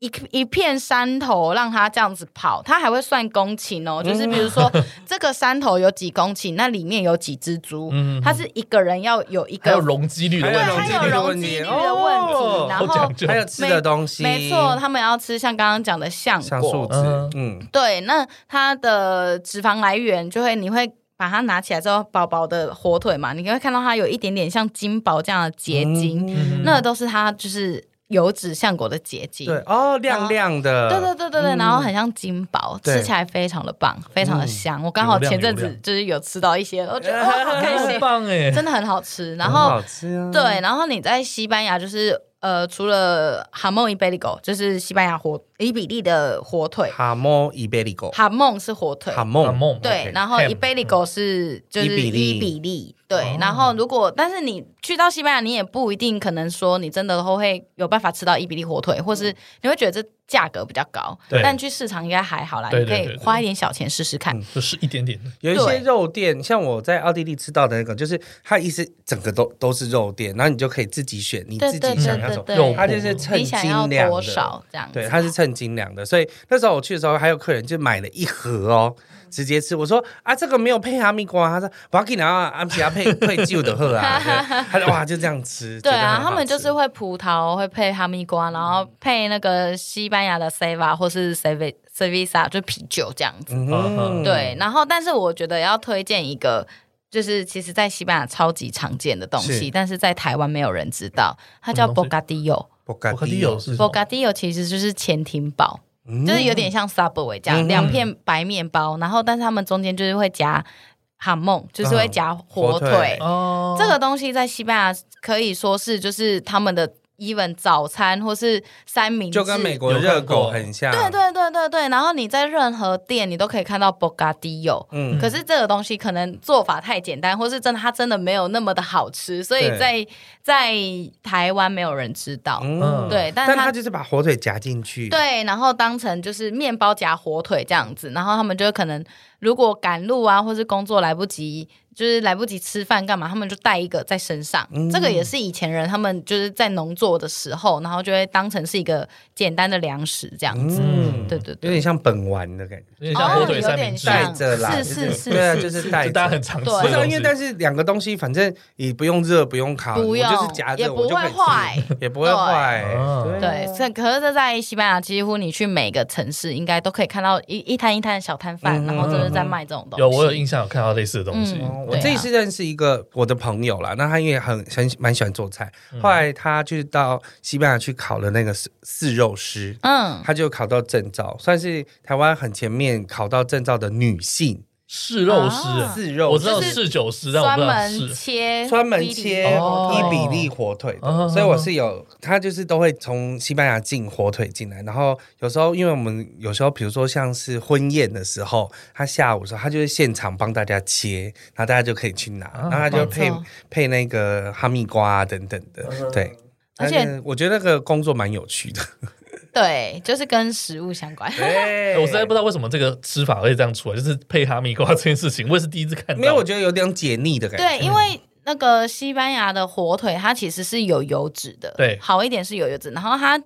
C: 一一片山头让它这样子跑，它还会算公顷哦，就是比如说这个山头有几公顷，那里面有几只猪，
A: 嗯
C: 它是一个人要有一
A: 还有
C: 个。
A: 容积率的
C: 对，
A: 问
B: 容
A: 题
B: 积
C: 它
B: 率
C: 有
B: 的
C: 容
B: 问
C: 积
B: 题
C: 率的问题
B: 哦，
C: 然
A: 好
C: 后
A: 讲究。
B: 还有吃的东西，
C: 没错，，他们要吃像刚刚讲的橡
B: 像
C: 果
B: 树，脂
A: 嗯，
B: 嗯，
C: 对，那它的脂肪来源就会，你会把它拿起来之后，薄薄的火腿嘛，你会看到它有一点点像金箔这样的结晶，
A: 嗯
C: 那都是它就是油脂橡果的结晶。
B: 对哦，亮亮的，
C: 对对对对对，然后很像金箔，
B: 对
C: 吃起来非常的棒，非常的香。我刚好前
A: 流
C: 阵
A: 量流
C: 子
A: 量
C: 就是有吃到一些，我觉得哇，哦好开
A: 很
C: 心，
A: 棒哎，
C: 真的很好吃。然
B: 很
C: 后
B: 好吃啊，
C: 对，然后你在西班牙就是呃，除了哈梦伊贝利狗，就是西班牙火伊比利的火腿，
B: 哈莫伊贝利狗，
C: 哈梦是火腿，
B: 哈
A: 好
B: 梦嗯
A: 梦
C: 对
A: OK，
C: 然后
A: ham，
C: 伊贝利狗是就是
B: 伊比利哦
C: 伊比利，对，然后如果但是你去到西班牙，你也不一定可能说你真的都会有办法吃到伊比利火腿，或
B: 嗯
C: 是你会觉得这价格比较高，
A: 对
C: 但去市场应该还好啦，
A: 对
C: 你可
A: 对对对
C: 以花一点小钱试试
B: 嗯
C: 看，
A: 就是一点点
B: 有一
C: 对
B: 些肉店，像我在奥地利吃到的那个，就是它一是整个都都是肉店，然后你就可以自己选你
C: 对
B: 自
C: 对
B: 己
C: 对
B: 想要什
C: 对
B: 么，
A: 肉
C: 对，
B: 它就是称
C: 你想
B: 斤
C: 要
B: 两
C: 多
B: 的，
C: 少这样子，
B: 对，它是称精良的，所以那时候我去的时候，还有客人就买了一盒哦，直接吃。我说啊，这个没有配哈密瓜，他说我要给你拿啊阿皮亚配 配酒的喝啊，对他说哇就这样吃。
C: 对
B: 觉得很
C: 啊，
B: 好
C: 他们就
B: 吃
C: 是会葡萄，会配哈密瓜，然后配那个西班牙的 Ceva 或是 Ceva Cevisa，就啤酒这样子。
B: 嗯
A: 嗯
B: 哼
C: 对，然后但是我觉得要推荐一个，就是其实在西班牙超级常见的东西，
B: 是
C: 但是在台湾没有人知道，它叫
A: 什么东西
C: Bocadillo。
B: 博卡
A: 我肯定有是什么
C: Bocadillo 其实就是潜艇堡，就是有点像 Subway 这样，
B: 嗯
C: 两片白面包，然后但是他们中间就是会夹哈梦，就是会夹火
B: 火腿
C: 腿。
A: 哦，
C: 这个东西在西班牙可以说是就是他们的 even 早餐或是三明治，
B: 就跟美国的热狗很像。
C: 对对对对对。然后你在任何店你都可以看到 bocadillo，、
B: 嗯，
C: 可是这个东西可能做法太简单，或是真的它真的没有那么的好吃，所以
B: 对
C: 在在台湾没有人知道。
B: 嗯，
C: 对，但
B: 但
C: 它
B: 他就是把火腿夹进去。
C: 对，然后当成就是面包夹火腿这样子，然后他们就可能如果赶路啊，或是工作来不及，就是来不及吃饭干嘛，他们就带一个在身上。这个也
B: 嗯
C: 是以前人他们就是在农作的时候，然后就会当成是一个简单的粮食这样子。
B: 嗯，
C: 对对对
B: 有点像本丸的感觉，
A: 有点像火
C: 哦
A: 腿
C: 有
A: 三
C: 点
A: 明治，
B: 带
C: 像
B: 着啦，
C: 是
B: 就是
C: 是
B: 对啊，就是带着。
A: 就大家很常吃
C: 对
A: 的
B: 不是啊，
A: 东
B: 因
A: 西
B: 为。但是两个东西，反正你不用热，不用烤，
C: 不
B: 啊我
C: 用
B: 就是夹，
C: 也
B: 着，
C: 不
B: 我就可
C: 会
B: 以吃，
C: 坏。
B: 也不会坏
A: 对。
C: 对，啊这可是这在西班牙，几乎你去每个城市，应该都可以看到一一摊一摊的小摊贩，
B: 嗯
C: 然后就是在卖这种东西。
A: 有我有印象，有看到类似的东西。
C: 嗯
B: 哦我自己是认识一个我的朋友啦，那他因为很很蛮喜欢做菜，
A: 嗯
B: 后来他就到西班牙去考了那个四四肉师，
C: 嗯，
B: 他就考到证照，算是台湾很前面考到证照的女性
A: 试肉师，
C: 啊
B: 四肉师，
A: 嗯我知道
C: 就是
A: 试酒师，但我
C: 专
A: 不知道
C: 门
A: 是
C: 切
B: 专门
C: 比利
B: 切
A: 哦
B: 伊比利火腿的，
A: 哦
B: 所以我是有，他就是都会从西班牙进火腿进来，然后有时候因为我们有时候比如说像是婚宴的时候，他下午的时候他就会现场帮大家切，
A: 啊
B: 然后大家就可以去拿，然后他就配
C: 没错
B: 配那个哈密瓜啊等等的，
A: 哦
B: 对。
C: 而且
B: 但是我觉得那个工作蛮有趣 的，
C: 对，就是跟食物 相关。
B: 对
A: 哎我实在不知道为什么这个吃法会这样出来，就是配哈密瓜这件事情，我也是第一次看到。
B: 没有，我觉得有点解腻的感觉。
C: 对，因为那个西班牙的火腿，它其实是有油脂的，
A: 对
C: 好一点是有油脂。然后它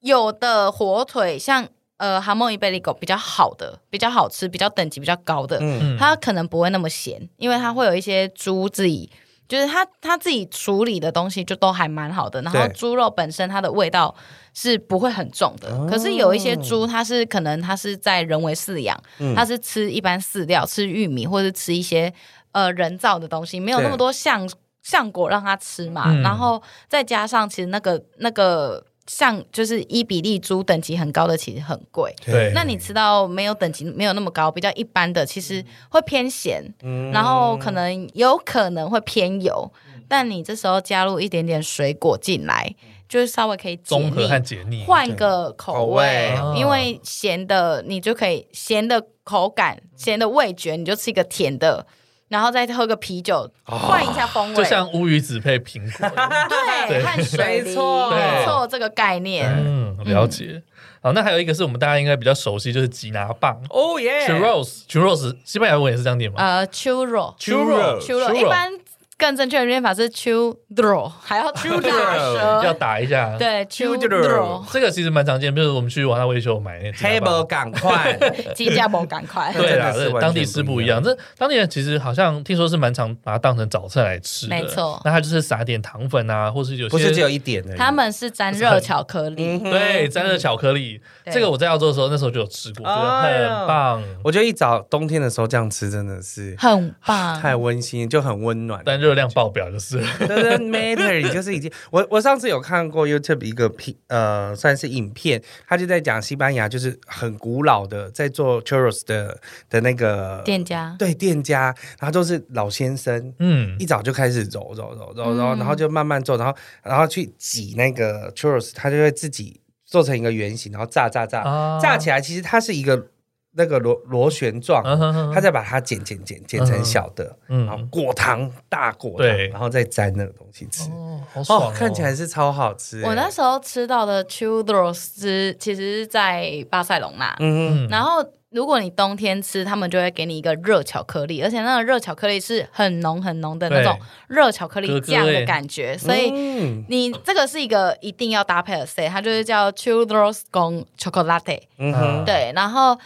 C: 有的火腿，像呃哈莫伊贝利狗比较好的、比较好吃、比较等级比较高的，
B: 嗯
C: 它可能不会那么咸，因为它会有一些猪自己。就是它它自己处理的东西就都还蛮好的，然后
B: 对
C: 猪肉本身它的味道是不会很重的。
B: 哦
C: 可是有一些猪，它是可能它是在人为饲养，
B: 嗯
C: 它是吃一般饲料，吃玉米或者吃一些呃人造的东西，没有那么
B: 对
C: 多橡橡果让它吃嘛。
A: 嗯
C: 然后再加上其实那个那个像就是伊比利猪等级很高的其实很贵，
A: 对
C: 那你吃到没有等级没有那么高，比较一般的，
A: 嗯
C: 其实会偏咸，然后可能有可能会偏油，
A: 嗯
C: 但你这时候加入一点点水果进来，就是稍微可以解
A: 综合和
C: 腻，
A: 解腻。
C: 换个
A: 口
C: 口味，
A: 味啊
C: 因为咸的你就可以咸的口感、
A: 嗯
C: 咸的味觉，你就吃一个甜的，然后再喝个啤酒，换一下风
A: 哦就
C: 味。
A: 像乌鱼子配苹果，
C: 对，
A: 对
C: 和水梨，
B: 没错
C: 没错，这个概 念。
A: 嗯，了解。好，那还有一个是我们大家应该比较熟悉，就是吉拿棒
B: 哦耶
A: （churros），churros 西班牙文也是这样念吗
C: 呃，churro，
A: 呃
B: Churro
C: churro，一般更正确的念法是 chudro，还 要 chu 大
A: 要
C: 舌，
A: 打一 下。，
C: 对
B: chudro
C: chudro，
A: 这个其实蛮常见，比如我们去瓦纳维修买那个吉拿棒
B: table 赶快，
C: 鸡架不赶快，
A: 对啦，
B: 真的是
A: 对
B: 完全
A: 当地吃不一样。这当地人其实好像听说是蛮常把它当成早餐来吃的，
C: 没错
A: 那它就是撒点糖粉啊，或是有些
B: 不是只有嗯一点而已。
C: 他们是沾热巧克力，
A: 对沾了巧克力。
C: 对
A: 嗯这个我在澳洲的时候，那时候就有吃过，觉得
B: 嗯哎
A: 很
B: 呦
A: 棒。
B: 我觉得一早冬天的时候这样吃真的是
C: 很棒。
B: 太温馨，就很温暖。
A: 但热量爆表就是了，
B: Doesn't matter，你就是已经我我上次有看过 YouTube 一个片呃算是影片，他就在讲西班牙就是很古老的在做 churros 的的那个
C: 店家
B: 对店家，然后都是老先生。
A: 嗯
B: 一早就开始揉揉揉揉揉，
C: 嗯
B: 然后就慢慢做，然后然后去挤那个 churros，它就会自己做成一个圆形，然后炸炸炸，
A: 啊
B: 炸起来其实它是一个那个螺螺旋状，
A: 嗯哼哼
B: 他再把它剪剪剪剪成小的，
A: 嗯
B: 然后果糖大果糖
A: 对，
B: 然后再沾那个东西吃。
A: 哦，好爽
B: 哦
A: 哦，，
B: 看起来是超好吃欸。
C: 我那时候吃到的 chudros 是其实是在巴塞隆纳，
B: 嗯
C: 然后如果你冬天吃，他们就会给你一个热巧克力，而且那个热巧克力是很浓很浓的那种热巧克力酱的感觉，所以
B: 嗯
C: 你这个是一个一定要搭配的 set，它就是叫 Children's Con Chocolate。
B: 嗯哼，
C: 对，然后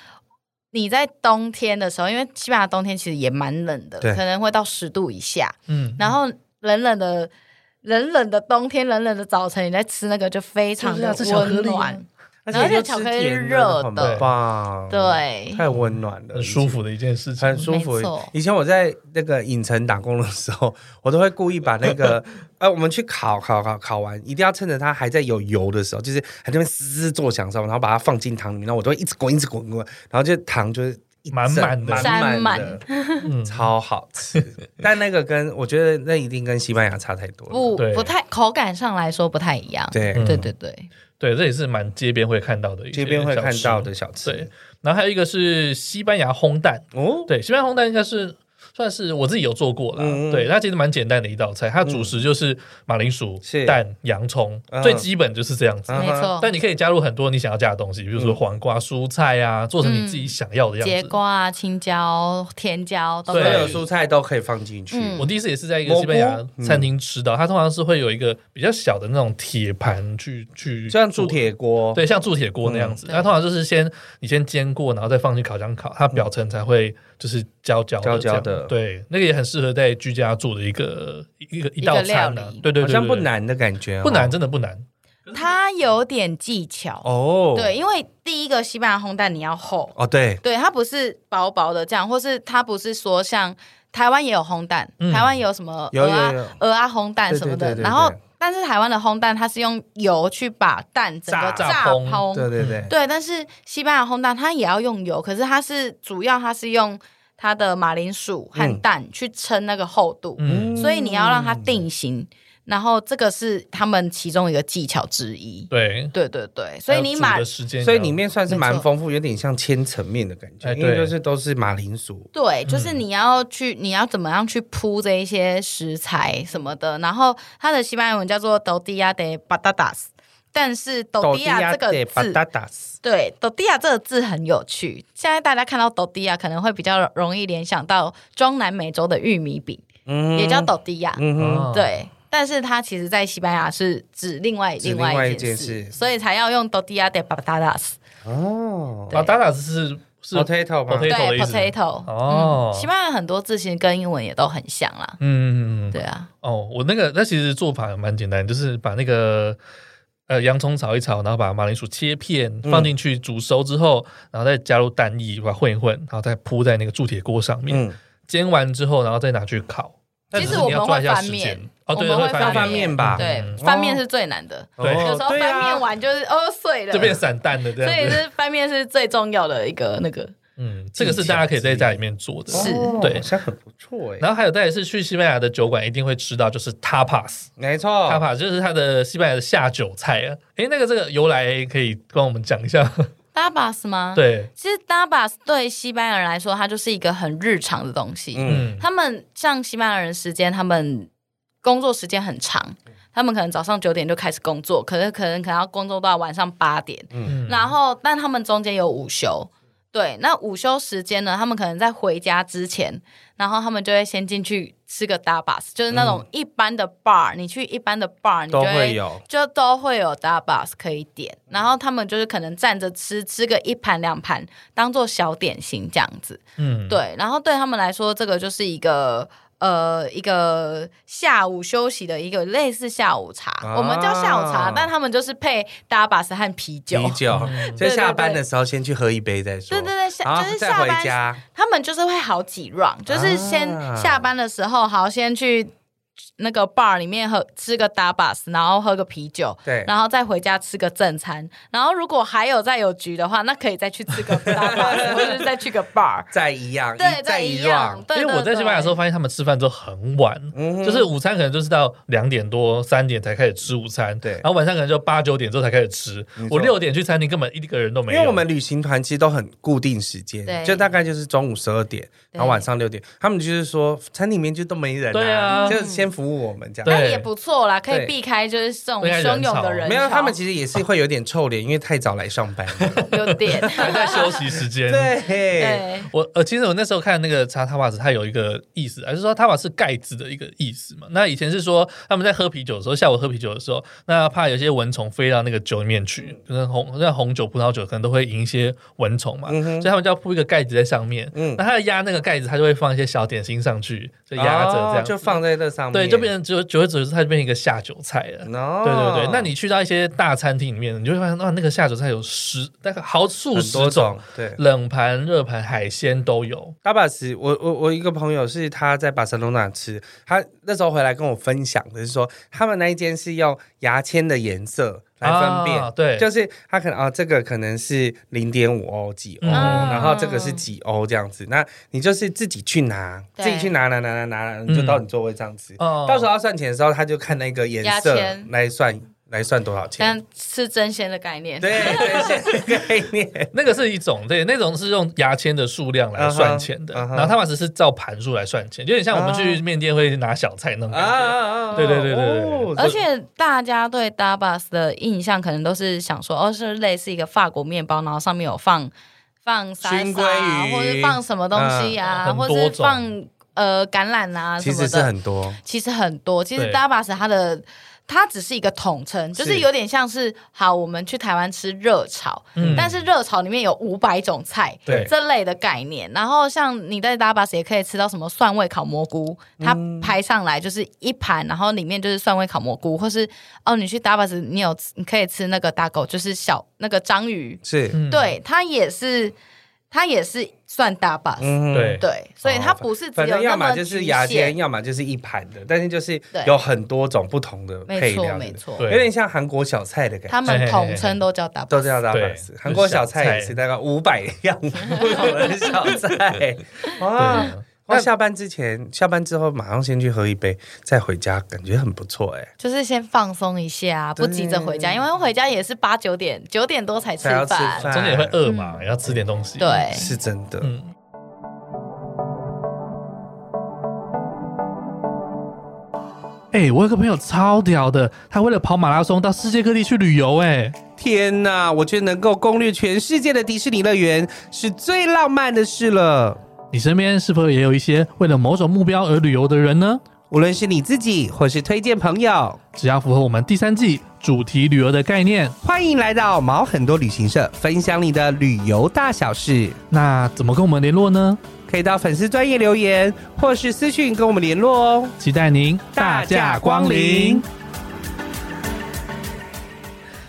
C: 你在冬天的时候，因为西班牙冬天其实也蛮冷的，
B: 对
C: 可能会到十度以下，
A: 嗯，
C: 然后冷冷的。冷冷的冬天，冷冷的早晨，你在吃那个就非常
A: 就是啊
C: 的
A: 这巧克力啊
C: 温暖，
B: 而且
C: 巧克力
B: 是
C: 是热的
B: 很
A: 哦
B: 棒，，
C: 对，
B: 太温暖了，
A: 很舒服的一件事情。
B: 很舒服
C: 没错。
B: 以前我在那个影城打工的时候，我都会故意把那 个，呃，我们去烤烤烤烤完，一定要趁着它还在有油的时候，就是还在那边滋滋作响的时候，然后把它放进汤里面，然后我都会一直滚，一直滚滚，然后就糖就是一整
A: 满满的
B: 满
C: 沾
B: 满
C: 满
B: 的，
A: 嗯，
B: 超好吃。但那个跟我觉得那一定跟西班牙差太多了。
C: 不
A: 对
C: 不太口感上来说不太一样。
B: 对，
A: 嗯
C: 对对对，
A: 对，这也是蛮街边会看到的一
B: 这
A: 些
B: 边会看
A: 小
B: 到
A: 吃
B: 的。小吃。
A: 对，然后还有一个是西班牙烘蛋，
B: 哦，
A: 对，西班牙烘蛋应该是算是我自己有做过啦。
B: 嗯嗯嗯
A: 对，它其实蛮简单的一道菜，它主食就是马铃薯、
B: 是
A: 蛋、洋葱，
B: 嗯
A: 最基本就是这样子。
B: 嗯
C: 没错。
A: 但你可以加入很多你想要加的东西，比如说黄瓜、蔬菜啊，做成你自己想要的样
C: 节
A: 子。
C: 瓜啊、青椒、甜椒都
B: 所
C: 可
A: 对
B: 有
C: 以。
B: 蔬菜都可以放进去。
C: 嗯
A: 我第一次也是在一个西班牙
B: 嗯
A: 餐厅吃到，它通常是会有一个比较小的那种铁盘去去
B: 就像铸
A: 做
B: 铁锅，
A: 对，像铸铁锅那样子。
C: 嗯
A: 它通常就是先你先煎过，然后再放进烤箱烤，它表层才会就是焦焦
B: 嗯
A: 的
B: 焦焦
A: 这样
B: 的
A: 对，那个也很适合在居家做的一个一个一道餐
C: 一个
A: 啊
C: 料理。
A: 对对对，
B: 好像
A: 对
B: 不，难的感觉哦，
A: 不难，真的不难。
C: 它有点技巧，
B: 哦。
C: 对，因为第一个西班牙烘蛋你要厚，
B: 哦，对，
C: 对，它不是薄薄的这样，或是它不是说像台湾也有烘蛋，
A: 嗯
C: 台湾有什么
B: 有
C: 鹅啊
B: 有有
C: 鹅啊烘蛋什么
B: 对对对对
C: 的，
B: 对
C: 然后但是台湾的烘蛋它是用油去把蛋整个
A: 炸
C: 炸
A: 烘
C: 烹，
B: 对对对，
C: 对，但是西班牙烘蛋它也要用油，可是它是主要它是用它的马铃薯
B: 嗯
C: 和蛋去撑那个厚度，
A: 嗯，
C: 所以你要让它定型。然后这个是他们其中一个技巧之一。
A: 对。
C: 对对对，所以你
A: 还有煮
C: 买
A: 的时间，
B: 所以里面算是蛮
C: 没错
B: 丰富，有点像千层面的感觉，
A: 哎
B: 因为
A: 对
B: 就是都是马铃薯，
C: 对，就是你要去，你要怎么样去铺这一些食材什么的。然后它的西班牙文叫做 “dodilla de patatas”，但是
B: 啊
C: “dodilla” 啊这个
B: 巴
C: 字
B: 达达斯，
C: 对，“dodilla” 这个字很有趣。现在大家看到 “dodilla” 可能会比较容易联想到中南美洲的玉米饼，
B: 嗯
C: 也叫 “dodilla”、
B: 嗯哼，
A: 啊，
C: 对。但是它其实，在西班牙是指另外
B: 指
C: 另外
B: 另外一
C: 一
B: 件
C: 件事，
B: 事
C: 所以才要用 “dodilla de patatas”。
B: 哦
A: 啊然后打打字是是
B: potato 吗
A: potato
C: 对
A: 的意思
C: ，potato。
A: 哦
C: 嗯西班牙很多字其实跟英文也都很像啦。
A: 嗯嗯嗯嗯，
C: 对啊，
A: 哦，我那个那其实做法蛮简单，就是把那个呃洋葱炒一炒，然后把马铃薯切片放进去煮熟之后，然后再加入蛋液把它混一混，然后再铺在那个铸铁锅上面，
B: 嗯，
A: 煎完之后然后再拿去烤。但
C: 其
A: 只
C: 实
A: 是
C: 我
A: 你要
C: 们
A: 抓
C: 会
A: 一下
C: 翻
A: 时间
C: 面，
A: 哦，
C: 我
A: 对，
C: 们会
A: 翻
B: 翻面吧
C: 对
A: 嗯，
C: 翻面是最难的，
A: 对
C: 有
B: 哦
C: 时候
B: 对
C: 翻面
B: 啊，
C: 完就是哦碎了，
A: 就变
C: 所
A: 散弹的这
C: 以
A: 样子。
C: 是翻面是最重要的一个那个。
A: 嗯，这个是大家可以在家里面做的。
C: 是
B: 哦
A: 对
B: 好像很不错哎，
A: 然后还有，再来是去西班牙的酒馆一定会吃到，就是 tapas。
B: 没错，
A: 塔帕就是它的西班牙的下酒菜啊。诶，那个这个由来可以跟我们讲一下？
C: Dabas 吗？，
A: 对，
C: 其实 Dabas 对西班牙人来说，它就是一个很日常的东西。
B: 嗯，
A: 嗯，
C: 他们像西班牙人时间，他们工作时间很长，他们可能早上九点就开始工作，可是可能可能要工作到晚上八点。
A: 嗯
C: 然后但他们中间有午休。对，那午休时间呢？他们可能在回家之前，然后他们就会先进去吃个 d a b a s 就是那种一般的 bar、你去一般的 bar，你就
B: 都会
C: 会
B: 有，
C: 就都会有 d a b a s 可以点。然后他们就是可能站着吃，吃个一盘两盘，当做小点心这样子。
A: 嗯，
C: 对，然后对他们来说，这个就是一个呃一个下午休息的一个类似下午茶，
B: 啊
C: 我们叫下午茶，但他们就是配 d a b a s 和啤酒。
B: 啤酒， 所以下班的时候先去喝一杯再说，
C: 对对对，下
B: 然
C: 就
B: 后
C: 是
B: 啊再
C: 下
B: 回
C: 班
B: 家，
C: 他们就是会好几 round，就是先
B: 啊
C: 下班的时候，好先去那个 bar 里面喝吃个 dabas，然后喝个啤酒，
B: 对
C: 然后再回家吃个正餐。然后如果还有再有局的话，那可以再去吃个 dabas，或者是再去个 bar。
B: 再一样，
C: 对，
B: 再
C: 再一
B: 样
C: 样。，对
A: 因为我在西班牙的时候，发现他们吃饭都很晚，
B: 嗯
A: 就是午餐可能就是到两点多、三点才开始吃午餐，
B: 对
A: 然后晚上可能就八九点之后才开始吃
B: 没。错
A: 我六点去餐厅根本一个人都没
B: 因
A: 有，
B: 为我们旅行团其实都很固定时间，
C: 对
B: 就大概就是中午十二点，然后晚上六点。他们就是说餐厅里面就都没人、
A: 对啊
B: 就先服务我们这样。
A: 对
C: 那也不错啦，可以
B: 对
C: 避开就是这种
A: 避开人
C: 汹涌
A: 潮
C: 的人
B: 没有，他们
C: 实
B: 其实也是会有点臭脸，因为太早来上 班了。
C: 有点
A: 还在休息时间。
B: 对，
C: 对
A: 我呃，其实我那时候看那个查塔瓦斯，它有一个意思，啊还是说塔瓦是盖子的一个意思嘛？那以前是说他们在喝啤酒的时候，下午喝啤酒的时候，那怕有些蚊虫飞到那个酒里面去，
B: 嗯
A: 就是红像红酒、葡萄酒可能都会引一些蚊虫嘛，
B: 嗯
A: 所以
B: 哼，
A: 他们就要铺一个盖子在上面。
B: 嗯
A: 那，他压那个盖子，他就会放一些小点心上去，就压着这样
B: 哦
A: 子、
B: 就放在那上面，
A: 对，就变成久久而久之，它就变成一个下酒菜了。
B: 哦。
A: 对对对，那你去到一些大餐厅里面，你就会发现哇，那个下酒菜有十大概好数
B: 很
A: 十
B: 多
A: 种
B: 种，对。
A: 冷盘、热盘、海鲜都有。
B: 阿巴斯，我我我一个朋友是他在巴塞罗那吃，他那时候回来跟我分享的是说，他们那一间是用牙签的颜色来分辨，
A: 啊对，
B: 就是他可能啊、这个可能是零点五欧几欧，
A: 嗯
B: 然后这个是几欧这样子，那你就是自己去拿，
C: 对
B: 自己去拿拿拿拿拿，你就到你座位这样子，
A: 哦
B: 到时候要算钱的时候，他就看那个颜色
C: 牙签
B: 来算来算多少钱，
C: 但吃真鲜的概念，
B: 对，对对概 念，
A: 那个是一种，对，那种是用牙签的数量来算钱的，
B: 嗯哼嗯哼
A: 然后他们只是照盘数来算钱，有点像我们
B: 啊
A: 去面店会拿小菜那种
B: 啊
A: 感觉。
B: 啊啊啊
A: 对对对对对对
B: 哦
C: 而且大家对 d a b a s 的印象可能都是想说，哦，是类似一个法国面包，然后上面有放放沙
B: 熏
C: 沙
B: 鲑
C: 啊，
B: 鱼
C: 或者放什么东西啊，
A: 嗯很
C: 或
A: 多
C: 是
A: 种
C: 放呃橄榄啊
B: 其
C: 什么的。
B: 实是很多。
C: 其实很多，其实
A: 对
C: d a b a s 它的它只是一个统称，就是
B: 是
C: 有点像是好，我们去台湾吃热炒，
A: 嗯
C: 但是热炒里面有五百种菜，
A: 对
C: 这类的概念。然后像你在 d a b a s 也可以吃到什么蒜味烤蘑菇，它
B: 嗯
C: 排上来就是一盘，然后里面就是蒜味烤蘑菇，或是哦，你去 d a b a s 你有你可以吃那个大狗，就是小那个章鱼，
B: 是，
A: 嗯，
C: 对，它也是它也是算 d a b a s
B: 嗯
A: 对
C: 对，所以它
B: 哦
C: 不是只
B: 反
C: 有
B: 正
C: 那
B: 要
C: 么
B: 么就
C: 局
B: 是牙
C: 限
B: 签，，要么就是一盘的，但是就是
C: 对
B: 有很多种不同的
C: 没
B: 配
C: 错
B: 料，
C: 没错。
A: 对
B: 有点像韩国小菜的感觉。
C: 他们统称都叫 double，
B: 都是要打
A: 对
B: 法式，韩国小菜也
A: 就是小菜
B: 是大概五百样不同的小 菜。哇！
A: 对
B: 那下班之前，下班之后马上先去喝一杯，再回家，感觉很不错哎。
C: 就是先放松一下，不急着回家，因为回家也是八九点，九点多才吃
B: 才要吃
C: 饭。
B: 饭
A: 中间也会饿嘛，
B: 嗯
A: 也要吃点东西。
C: 对
B: 是真的。
A: 嗯，哎、我有个朋友超屌的，他为了跑马拉松到世界各地去旅游、哎，
B: 天哪，我觉得能够攻略全世界的迪士尼乐园是最浪漫的事了。
A: 你身边是否也有一些为了某种目标而旅游的人呢？
B: 无论是你自己或是推荐朋友，
A: 只要符合我们第三季主题旅游的概念，
B: 欢迎来到毛很多旅行社，分享你的旅游大小事。
A: 那怎么跟我们联络呢？
B: 可以到粉丝专业留言，或是私讯跟我们联络哦。
A: 期待您
B: 大驾光临。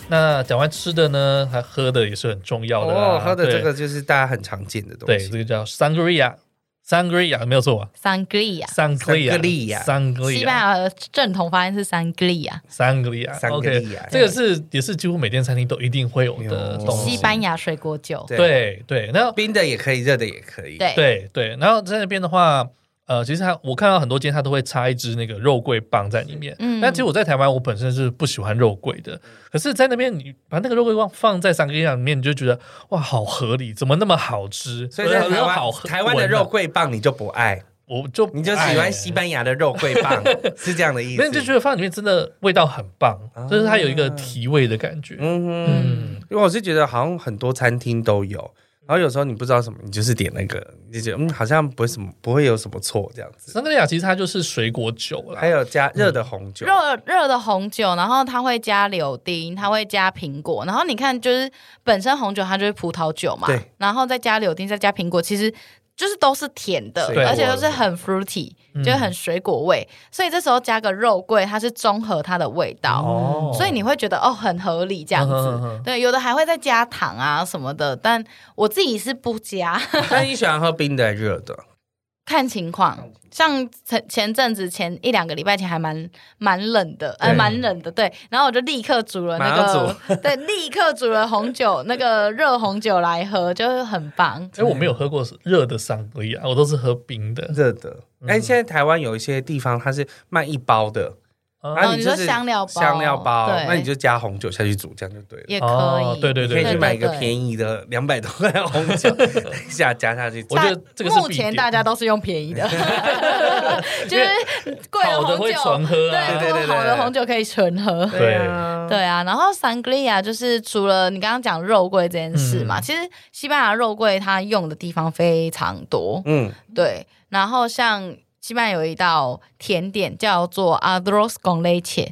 A: 那讲完吃的呢，还喝的也是很重要的啦。
B: 哦，喝的
A: 对
B: 这个就是大家很常见的东
A: 对，
B: 西。
A: 这个叫 sangria，sangria 没有错吧
C: Sangria，
A: ？sangria，sangria，
B: Sangria
A: sangria
C: 西班牙的正统发音是 Sangria，
A: sangria。OK，啊
B: Sangria
A: 这个是也是几乎每间餐厅都一定会有的
B: 啊哎有
A: 东西。
C: 西班牙水果酒。
B: 对
A: 对对，那
B: 冰的也可以，热的也可以。，
C: 对，
A: 对对，然后在那边的话，呃，其实它我看到很多间它都会插一支那个肉桂棒在里面。
C: 嗯
A: 但其实我在台湾，我本身是不喜欢肉桂的，可是，在那边你把那个肉桂棒放在三个酱里面，你就觉得哇，好合理，怎么那么好吃？
B: 所以在
A: 然
B: 台
A: 后好
B: 湾，
A: 喝啊
B: 台湾的
A: 闻啊
B: 肉，桂棒你就不爱，
A: 我就
B: 你就喜
A: 哎
B: 欢西班牙的肉桂棒， 是这样的意思。
A: 没有，你就觉得放里面真的味道很棒，就是它有一个提味的感觉。
B: 嗯哼，
A: 嗯，
B: 因为我是觉得好像很多餐厅都有。然后有时候你不知道什么，你就是点那个，你就觉得嗯，好像不会什么，不会有什么错这样子。
A: 三个啊酱其实它就是水果酒啦
B: 还，有加热的红酒，
C: 热热的红酒，然后它会加柳丁，它会加苹果，然后你看，就是本身红酒它就是葡萄酒嘛
B: 对，
C: 然后再加柳丁，再加苹果，其实就是都是甜的
B: 水，果
C: 而且都是很 fruity，就是
A: 嗯
C: 很水果味，所以这时候加个肉桂，它是中和它的味道，
A: 哦
C: 所以你会觉得哦很合理这样子。
A: 嗯哼哼
C: 对，有的还会再加糖啊什么的，但我自己是不加，
B: 但你喜欢喝冰的还是热的？
C: 看情况。像前前阵子前一两个礼拜前还蛮蛮冷的，呃，
A: 对
C: 蛮冷的，对。然后我就立刻煮了那
B: 马
C: 个
B: 上，
C: 对，立刻煮了红酒，那个热红酒来喝，就是很棒。
A: 哎，我没有喝过热的三个酱，啊我都是喝冰的。
B: 热的。哎、现在台湾有一些地方它是卖一包的，
A: 嗯
B: 然后
C: 你
B: 就
C: 说
B: 是
C: 香料包
B: 香料包
C: 对，
B: 那你就加红酒下去煮，这样就对了。
C: 也可以，
A: 哦对对
B: 你
A: 对
B: 可以去买一个
C: 对对
B: 便宜的两百多块 的红酒，一下加下去。
A: 我觉得这个是
C: 目
A: 必
C: 前
A: 点
C: 大家都是用便宜的，就是贵
A: 好的
C: 红
A: 会
C: 酒，
A: 纯喝
B: 对
A: 啊，
B: 对对对
C: 好的红酒可以纯喝。
A: 对
B: 啊
C: 对啊，然后 sangria 就是除了你刚刚讲肉桂这件事嘛，
A: 嗯
C: 其实西班牙肉桂它用的地方非常多。
B: 嗯，
C: 对，然后像西班牙有一道甜点叫做 arroz con leche，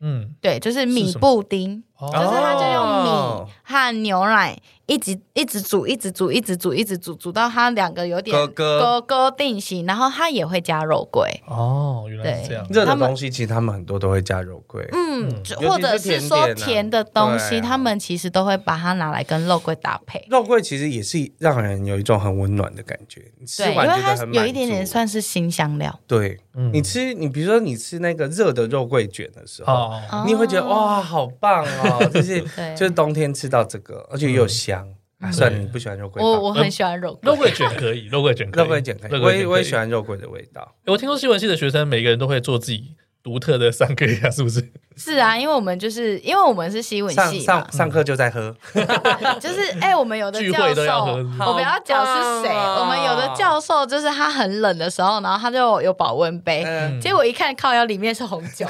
A: 嗯，
C: 对，就是米
A: 是什么
C: 布丁，
A: 哦
C: 就是它就用
B: 哦
C: 米和牛奶一直一直煮，一直煮，一直煮，一直煮，煮到它两个有点
B: 咯咯
C: 勾勾定型，然后它也会加肉桂。
A: 哦，原来是这样，
B: 热的
C: 他们
B: 东西其实他们很多都会加肉桂，
C: 嗯，就
B: 尤其
C: 或者
B: 是甜
C: 是说
B: 点啊
C: 甜的东西，
B: 对啊
C: 他们其实都会把它拿来跟肉桂搭配。
B: 肉桂其实也是让人有一种很温暖的感觉，你吃
C: 对，因
B: 完
C: 为
B: 觉
C: 它
B: 得很满
C: 有一点点
B: 足
C: 算是新香料，
B: 对。
A: 嗯
B: 你吃你比如说你吃那个热的肉桂卷的时候，
A: 哦，
C: 哦
B: 你也会觉得哇好棒 哦，就是
C: 对嗯
B: 就是冬天吃到这个，而且又有香。啊，算了，
A: 对
B: 你不喜欢肉桂吧，
C: 我我很喜欢
B: 嗯
C: 肉
A: 肉
C: 桂。
A: 桂卷可以，肉桂卷可以，
B: 肉桂卷可以，
A: 肉
B: 我
A: 桂卷
B: 也我也喜
A: 可以。
B: 欢肉桂的味道。
A: 我听说新闻系的学生每个人都会做自己独特的三个呀，是 不是？
C: 是啊，因为我们就是因为我们是西文
B: 上
C: 系嘛
B: 上，上课就在喝，
C: 就是哎、我们有的
A: 聚
C: 教
A: 会都要
C: 授，
A: 喝
C: 我不要讲是谁，
B: 好棒哦
C: 我们有的教授就是他很冷的时候，然后他就有保温杯，
B: 嗯，
C: 结果一看靠腰里面是红 酒。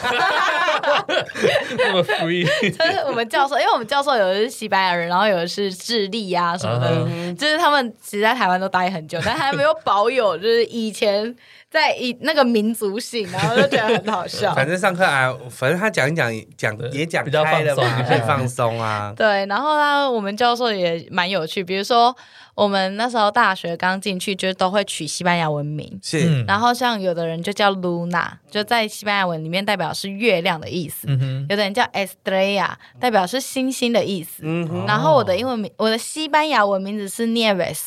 A: 那么 free，
C: 就是我们教授，因为我们教授有的是西班牙人，然后有的是智利啊什么的
A: 嗯
C: 就是他们其实在台湾都待很久，但还没有保有就是以前在以那个民族性，然后就觉得很 好笑。
B: 反正上课啊，反正他讲一讲讲
A: 对
B: 也讲
A: 比较
B: 开了
A: 放
B: 嘛，
A: 松
B: 可以放松啊。
C: 对，然后呢，我们教授也蛮有趣，比如说我们那时候大学刚进去，就是都会取西班牙文名。
A: 嗯
B: 是，
C: 然后像有的人就叫 Luna，就在西班牙文里面代表是月亮的意思；
A: 嗯哼，
C: 有的人叫 Estrella，代表是星星的意思。
B: 嗯哼，
C: 然后我的英文名，我的西班牙文名字是 Nieves，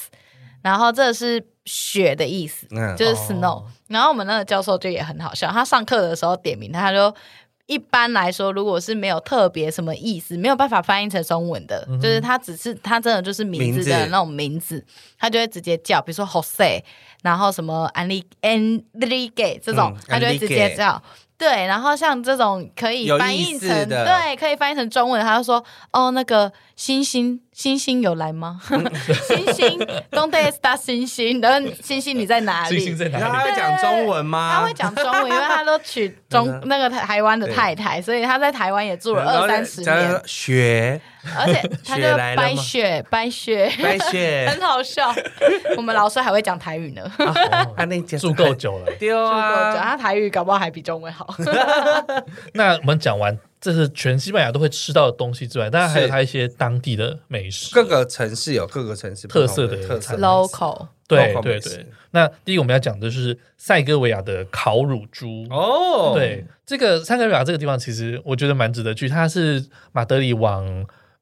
C: 然后这是雪的意思，
B: 嗯
C: 就是
A: 哦
C: snow、然后我们那个教授就也很好笑，他上课的时候点名，他就一般来说，如果是没有特别什么意思，没有办法翻译成中文的，
B: 嗯
C: 就是他只是他真的就是名字的
B: 名字
C: 那种名字，他就会直接叫，比如说 Jose，然后什么 Enri- Enrique 这种，
B: 嗯
C: 他就会直接
B: Enrique
C: 叫。对，然后像这种可以
B: 有
C: 翻
B: 意
C: 译
B: 思
C: 成
B: 的
C: 对，可以翻译成中文，他就说哦，那个星星星星有来吗？ 星星，Don't start 星星，然后星星你在哪
A: 星星
C: 里？
A: 在
B: 然后
A: 哪
B: 他
A: 里？
B: 会讲中文
C: 他
B: 吗
C: 会？讲中文，因为他 都
B: 嗯
C: 娶中那个台湾的太太，所以他在台湾也住了
B: 然后
C: 二三十
B: 讲
C: 年，
B: 雪
C: 而 且他就
B: 雪来了吗
C: 白雪 白雪，
B: 白雪
C: 很，好笑。我们老师还会讲台语呢，就
B: 啊，那讲
A: 住够久 了。
B: 丢
C: 跟我讲
B: 啊，
C: 他台语搞不好还比中 文好。
A: 那我们讲完，这是全西班牙都会吃到的东西之外，当然还有
B: 是
A: 它一些当地的美食。
B: 各个城市有各个城市不同
A: 特色的
B: 特色
A: 餐
C: Local
A: 对
B: local
A: 对
B: 美食
A: 对。那第一个我们要讲的就是塞哥维亚的烤乳猪。
B: 哦，
A: 对，这个塞哥维亚这个地方，其实我觉得蛮值得去。它是马德里往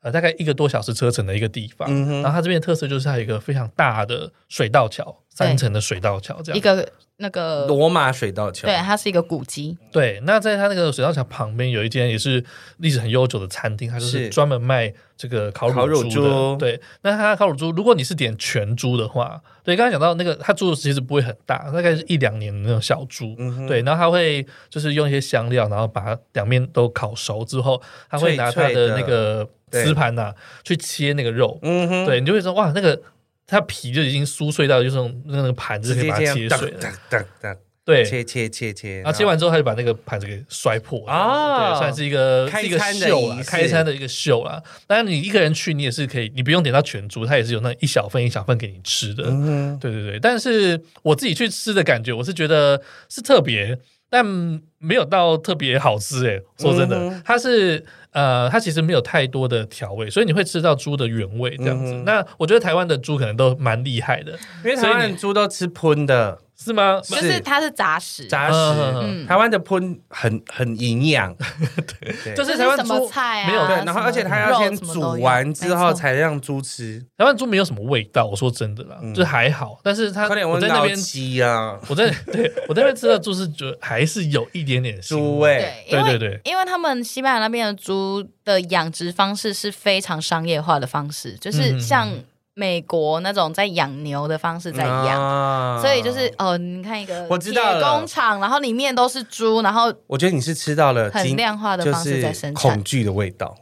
A: 呃大概一个多小时车程的一个地方。
B: 嗯哼
A: 然后它这边的特色就是它有一个非常大的水道桥，三层的水道桥这样。
C: 一个那个，
B: 罗马水道桥，
C: 对，它是一个古迹，
A: 对，那在它那个水道桥旁边有一间也是历史很悠久的餐厅，它就是
B: 是
A: 专门卖这个烤
B: 烤
A: 乳
B: 乳
A: 猪的。
B: 猪
A: 对，那它烤乳猪，如果你是点全猪的话，对，刚才讲到那个它猪其实不会很大，大概是一两年的那种小猪。
B: 嗯哼
A: 对，然后它会就是用一些香料，然后把它两面都烤熟之后，它会拿它
B: 脆脆
A: 的
B: 的
A: 那个
B: 对
A: 瓷盘呐、去切那个肉。
B: 嗯哼，
A: 对，你就会说哇，那个它皮就已经酥碎到就是那个盘子
B: 直
A: 可以
B: 接
A: 把
B: 这
A: 它
B: 样
A: 切
B: 当
A: 碎了。
B: 当当当
A: 对，
B: 切切切切，
A: 然后切完之后，他就把那个盘子给摔破啊，
B: 啊
A: 对，算是一个
B: 开
A: 是一个
B: 餐的
A: 秀啦
B: 仪，式
A: 开餐的一个秀啦。当然，你一个人去，你也是可以，你不用点到全猪，它也是有那一小份一小份给你吃的。
B: 然后，嗯哼，
A: 对对对，但是我自己去吃的感觉，我是觉得是特别，但没有到特别好吃诶、欸说真的，
B: 嗯哼
A: 它是呃，它其实没有太多的调味，所以你会吃到猪的原味这样子。
B: 嗯哼
A: 那我觉得台湾的猪可能都蛮厉害的，
B: 因为台湾人猪都吃喷的
A: 是吗？
C: 就是是它是杂食，
B: 杂
A: 嗯
B: 食，
C: 嗯，
B: 台湾的喷很很营养，对
A: 就是
C: 是
A: 台湾
C: 什
A: 猪
C: 么菜啊？
A: 没有
B: 对，然后而且它要先煮完之后才让猪吃，
A: 台湾猪没有什么味道，我说真的啦，
B: 嗯
A: 就还好。但是它
B: 快点
A: 我
B: 闻
A: 在那
B: 到
A: 边，
B: 鸡啊，
A: 我在对我在那边吃到猪是觉得还是有一点点腥
B: 猪
A: 味。
B: 味，
C: 对，因
A: 对
C: 为
A: 对对，
C: 因为他们西班牙那边的猪的养殖方式是非常商业化的方式，
A: 嗯
C: 就
A: 嗯
C: 是
A: 嗯
C: 像美国那种在养牛的方式在养，
B: 养
C: 所以就是哦，你看一个
B: 啊我知道
C: 铁
B: 了
C: 工厂，然后里面都是猪，然后
B: 我觉得你是吃到了
C: 很
B: 精
C: 量化的
B: 就
C: 方式在
B: 是
C: 生
B: 恐
C: 产。
B: 惧的味 道。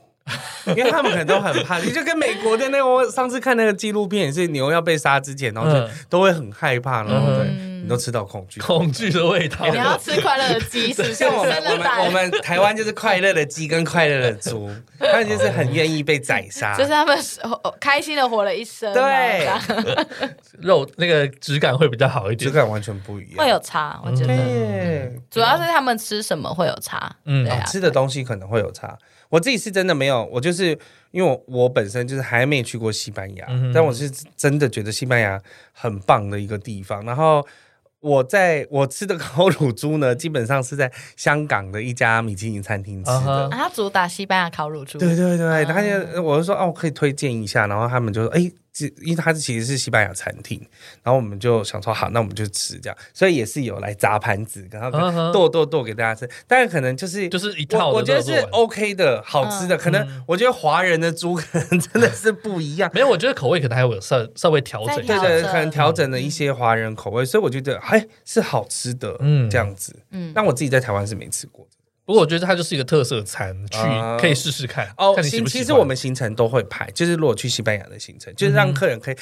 B: 因为他们可能都很怕，就跟美国的那个，我上次看那个纪录片也是牛要被杀之前，然后就
A: 嗯
B: 都会很害怕，然后对，
C: 嗯
B: 你都吃到恐惧。
A: 恐惧的味道。
C: 你要吃快乐的鸡，是不 是？
B: 像 我们
C: 生
B: 我
C: 了
B: 们我
C: 蛋，
B: 们台湾就是快乐的鸡跟快乐的猪，他们就是很愿意被宰杀
C: 就。是他们是哦开心的活了一生啊，这
B: 啊对
C: 样，
A: 肉那个质感会比较好一
B: 质
A: 点。
B: 感完全不一样。嗯
C: 会有嗯差，我觉得
B: 对啊
C: 主要是他们吃什么会有差，
A: 嗯
C: 对啊，
B: 吃的东西可能会有差。我自己是真的没有，我就是因为我我本身就是还没去过西班牙，
A: 嗯哼
B: 但我是真的觉得西班牙很棒的一个地方。然后我在我吃的 烤乳猪呢，基本上是在香港的一家米其林餐厅吃的。
A: 啊哈
C: 啊，他主打西班牙烤乳猪，
B: 对对对，
A: 嗯
C: 啊
B: 他就我就说哦，可以推荐一下，然后他们就说，哎，这因为它其实是西班牙餐厅，然后我们就想说好，那我们就吃这样，所以也是有来砸盘子，然
A: 啊
B: 后
A: 哈
B: 剁剁剁给大家吃，但是可能就是
A: 就是一套
B: 我
A: 的嗯
B: 我觉得
A: 肉
B: 是哦
A: 做完
B: OK 的，好吃
C: 嗯
B: 的，可能我觉得华人的猪可能真
A: 嗯
B: 的是不一样。
A: 没有，我觉得口味可能还会有稍稍微调整一
C: 再
A: 下
B: 对
C: 调。
B: 对，
C: 整
B: 可能调整
A: 嗯
B: 了一些华人口味，所以我觉得哎是好吃的，嗯，
A: 嗯
B: 这样子。
C: 嗯，
B: 但我自己在台湾是没吃过的。
A: 不过我觉得它就是一个特色餐，去
B: 啊
A: 可以试试看。
B: 哦，
A: 看你喜
B: 行，
A: 不喜
B: 其
A: 欢嗯
B: 实我们行程都会排，就是如果去西班牙的行程，就是让客人可以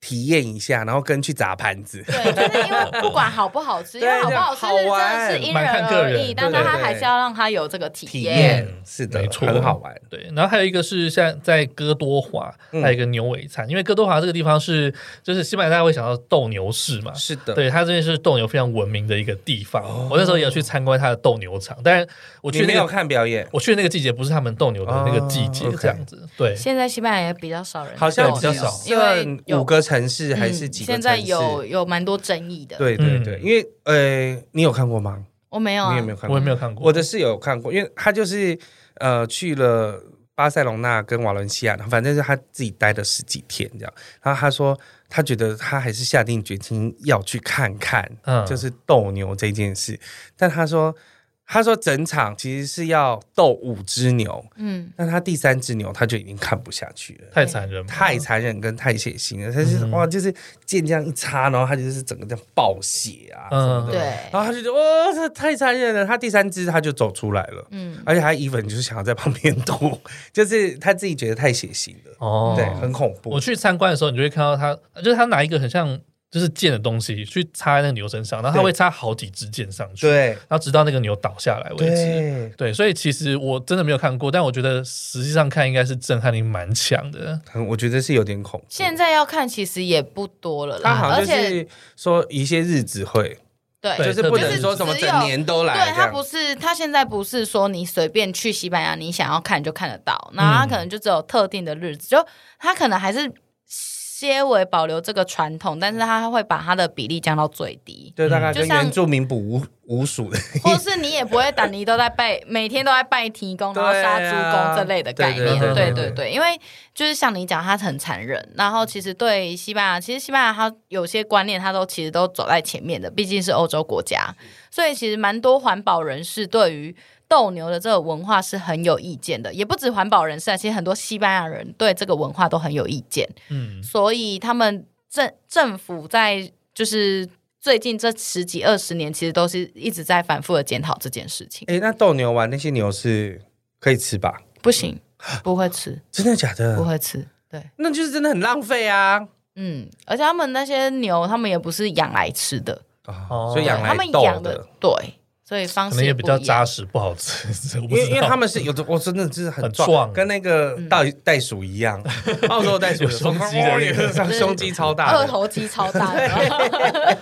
B: 体验一下，然后跟去砸盘子。
C: 对，就是因为不管好不 好吃，因
B: 对
C: 为好不好吃
B: 好
C: 真
B: 玩
C: 的是因
A: 蛮
C: 人
A: 看个
C: 而
A: 人
C: 异，但是
B: 对对
C: 他
B: 对
C: 还是要让他有这个 体
B: 体
C: 验。
B: 验是的，
A: 没错
B: 很好玩。
A: 对，然后还有一个是像在哥多华，
B: 嗯
A: 还有一个牛尾餐，因为哥多华这个地方是就是西班牙大家会想到斗牛士嘛，
B: 是的，
A: 对，它这边是斗牛非常文明的一个地方。
B: 哦
A: 我那时候也有去参观它的斗牛场，但是我
B: 我
A: 去
B: 没
A: 那
B: 有
A: 个
B: 看表演，
A: 我去的那个季节不是他们斗牛的那个季节
B: 哦，，OK
A: 这样子。对，
C: 现在西班牙也比较少人，
B: 好像
A: 对比较
B: 只
A: 少
C: 因为
B: 剩
C: 有
B: 五个城市还
C: 嗯
B: 是几个城市？
C: 现在有有蛮多争议的。，
B: 对对对，
A: 嗯
B: 因为呃，你有看过吗？
C: 我没有啊，
B: 你也没有看
A: 我
B: 过
A: 也。没有看过。
B: 我的室友有看过，因为他就是呃去了巴塞隆纳跟瓦伦西亚，反正是他自己待了十几天这样。然后他说，他觉得他还是下定决心要去看看，
A: 嗯
B: 就是斗牛这件事。但他说，他说整场其实是要斗五只牛，
C: 嗯，
B: 但他第三只牛他就已经看不下去了。
A: 太残忍了，
B: 太残忍跟太血腥了，他就是、
A: 嗯
B: 哇，就是剑这样一插，然后他就是整个这样爆血啊什么的，
A: 嗯
C: 对，
B: 然后他就觉得哇，这太残忍了。他第三只他就走出来了，
C: 嗯，
B: 而且他 even 就是想要在旁边吐，就是他自己觉得太血腥了，
A: 哦。
B: 对，很恐怖
A: 我。去参观的时候，你就会看到他，就是他拿一个很像就是剑的东西去插在那个牛身上，然后他
B: 对
A: 会插好几支剑上去，
B: 对
A: 然后直到那个牛倒下来为止。
B: 对，
A: 对，所以其实我真的没有看过，但我觉得实际上看应该是震撼力蛮强的。
B: 很我觉得是有点恐怖。
C: 现在要看其实也不多了
B: 他好
C: 啦，
B: 像
C: 而
B: 就
C: 且
B: 是说一些日子会，
A: 对
B: 就
C: 对。
B: 是不能说什么
C: 就是只
B: 整
C: 有
B: 年都来
C: 对
B: 这
C: 他
B: 样
C: 不。是，他现在不是说你随便去西班牙，你想要看就看得到，那
B: 嗯
C: 他可能就只有特定的日子，就他可能还是些微保留这个传统，但是他会把他的比例降到最低。
B: 对，
A: 嗯
B: 大概
C: 就
B: 跟
C: 像
B: 原住民捕无无属的，
C: 或是你也不会等你都在拜，每天都在拜提公，然后杀猪公这类的概念。
A: 啊对啊对对
C: 对
A: 对
C: 对对，因为就是像你讲，它很残忍。然后其实对西班牙，其实西班牙它有些观念，它都其实都走在前面的，毕竟是欧洲国家，所以其实蛮多环保人士对于。斗牛的这个文化是很有意见的，也不止环保人士啊，其实很多西班牙人对这个文化都很有意见。
A: 嗯，
C: 所以他们政政府在就是最近这十几二十年，其实都是一直在反复的检讨这件事情。
B: 哎，那斗牛丸那些牛是可以吃吧？
C: 不行，不会吃，
B: 真的假
C: 不
B: 的？
C: 会吃。对，
B: 那就是真的很浪费啊！
C: 嗯，而且他们那些牛，他们也不是养来吃的，
A: 哦
B: 哦，所以养
C: 他
B: 来
C: 们
B: 斗
C: 养
B: 的
C: 的，对，所以方
A: 可
C: 式
A: 能也比较
C: 不一样
A: 扎实，不好吃。 因
B: 因为因为他们是有的，我真的就是很
A: 很
B: 壮，
A: 壮
B: 跟那个袋袋鼠一 样，澳洲袋鼠
A: 有胸 肌的那个
B: 上胸肌超大
C: 二
B: 的
C: 头肌超大 的，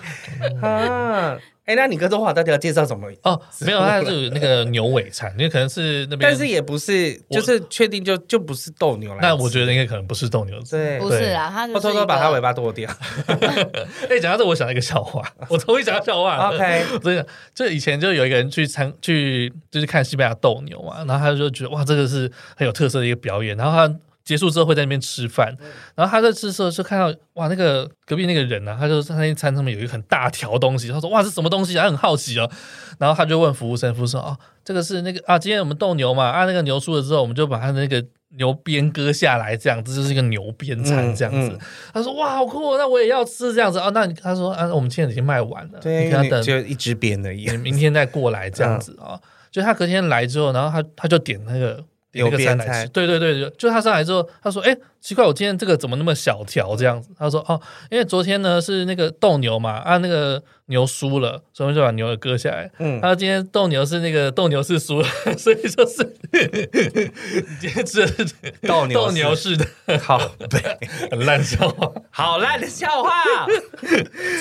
B: 啊。哎，那你哥中华到底要介绍什么？
A: 哦，没有，它是有那个牛尾餐，因为可能是那边，
B: 但是也不是，
A: 我
B: 就是确定就就不是斗牛来吃。
A: 那我觉得应该可能不是斗牛吃。
B: 对，
C: 不是啦，他就是
B: 我偷偷把它尾
C: 巴。
B: 巴剁 掉。
A: 哎，讲到这，我想到一个 笑话，我终于想到笑话了。
B: OK，
A: 真的，就以前就有一个人去参去就是看西班牙斗牛嘛，然后他就觉得哇，这个是很有特色的一个表演。然后他结束之后会在那边吃饭，
B: 嗯
A: 然后他在吃的时候就看到哇，那个隔壁那个人呢、啊，他就在那一餐上面有一个很大条东西，他说哇，这什么东西啊？他很好奇哦，然后他就问服务生，服务生说哦，这个是那个啊，今天我们斗牛嘛，啊，那个牛输了之后，我们就把它的那个。牛鞭割下来，这样这就是一个牛鞭餐这样
B: 嗯
A: 子。
B: 嗯
A: 他说：“哇，好酷、哦，那我也要吃这样子啊。”那你他说：“啊，我们现在已经卖完了，
B: 对，
A: 你
B: 因
A: 可
B: 为
A: 能要
B: 你
A: 等
B: 就一支鞭而已 嗯
A: 哦你。明天再过来这样子啊、就他隔天来之后，然后他他就点那个那
B: 有
A: 个餐
B: 边
A: 来吃
B: 菜。
A: 对对对，就就他上来之后，他说：“哎、奇怪，我今天这个怎么那么小条这样子？”他说：“哦，因为昨天呢是那个斗牛嘛，啊那个牛输了，所以我们就把牛给割下来。
B: 嗯
A: 他说今天斗牛是那个斗牛士输了， 所以就是 你今天吃的是
B: 斗牛士
A: 斗牛士的
B: 靠背，
A: 很烂笑话。
C: 哦
B: 好烂的笑话，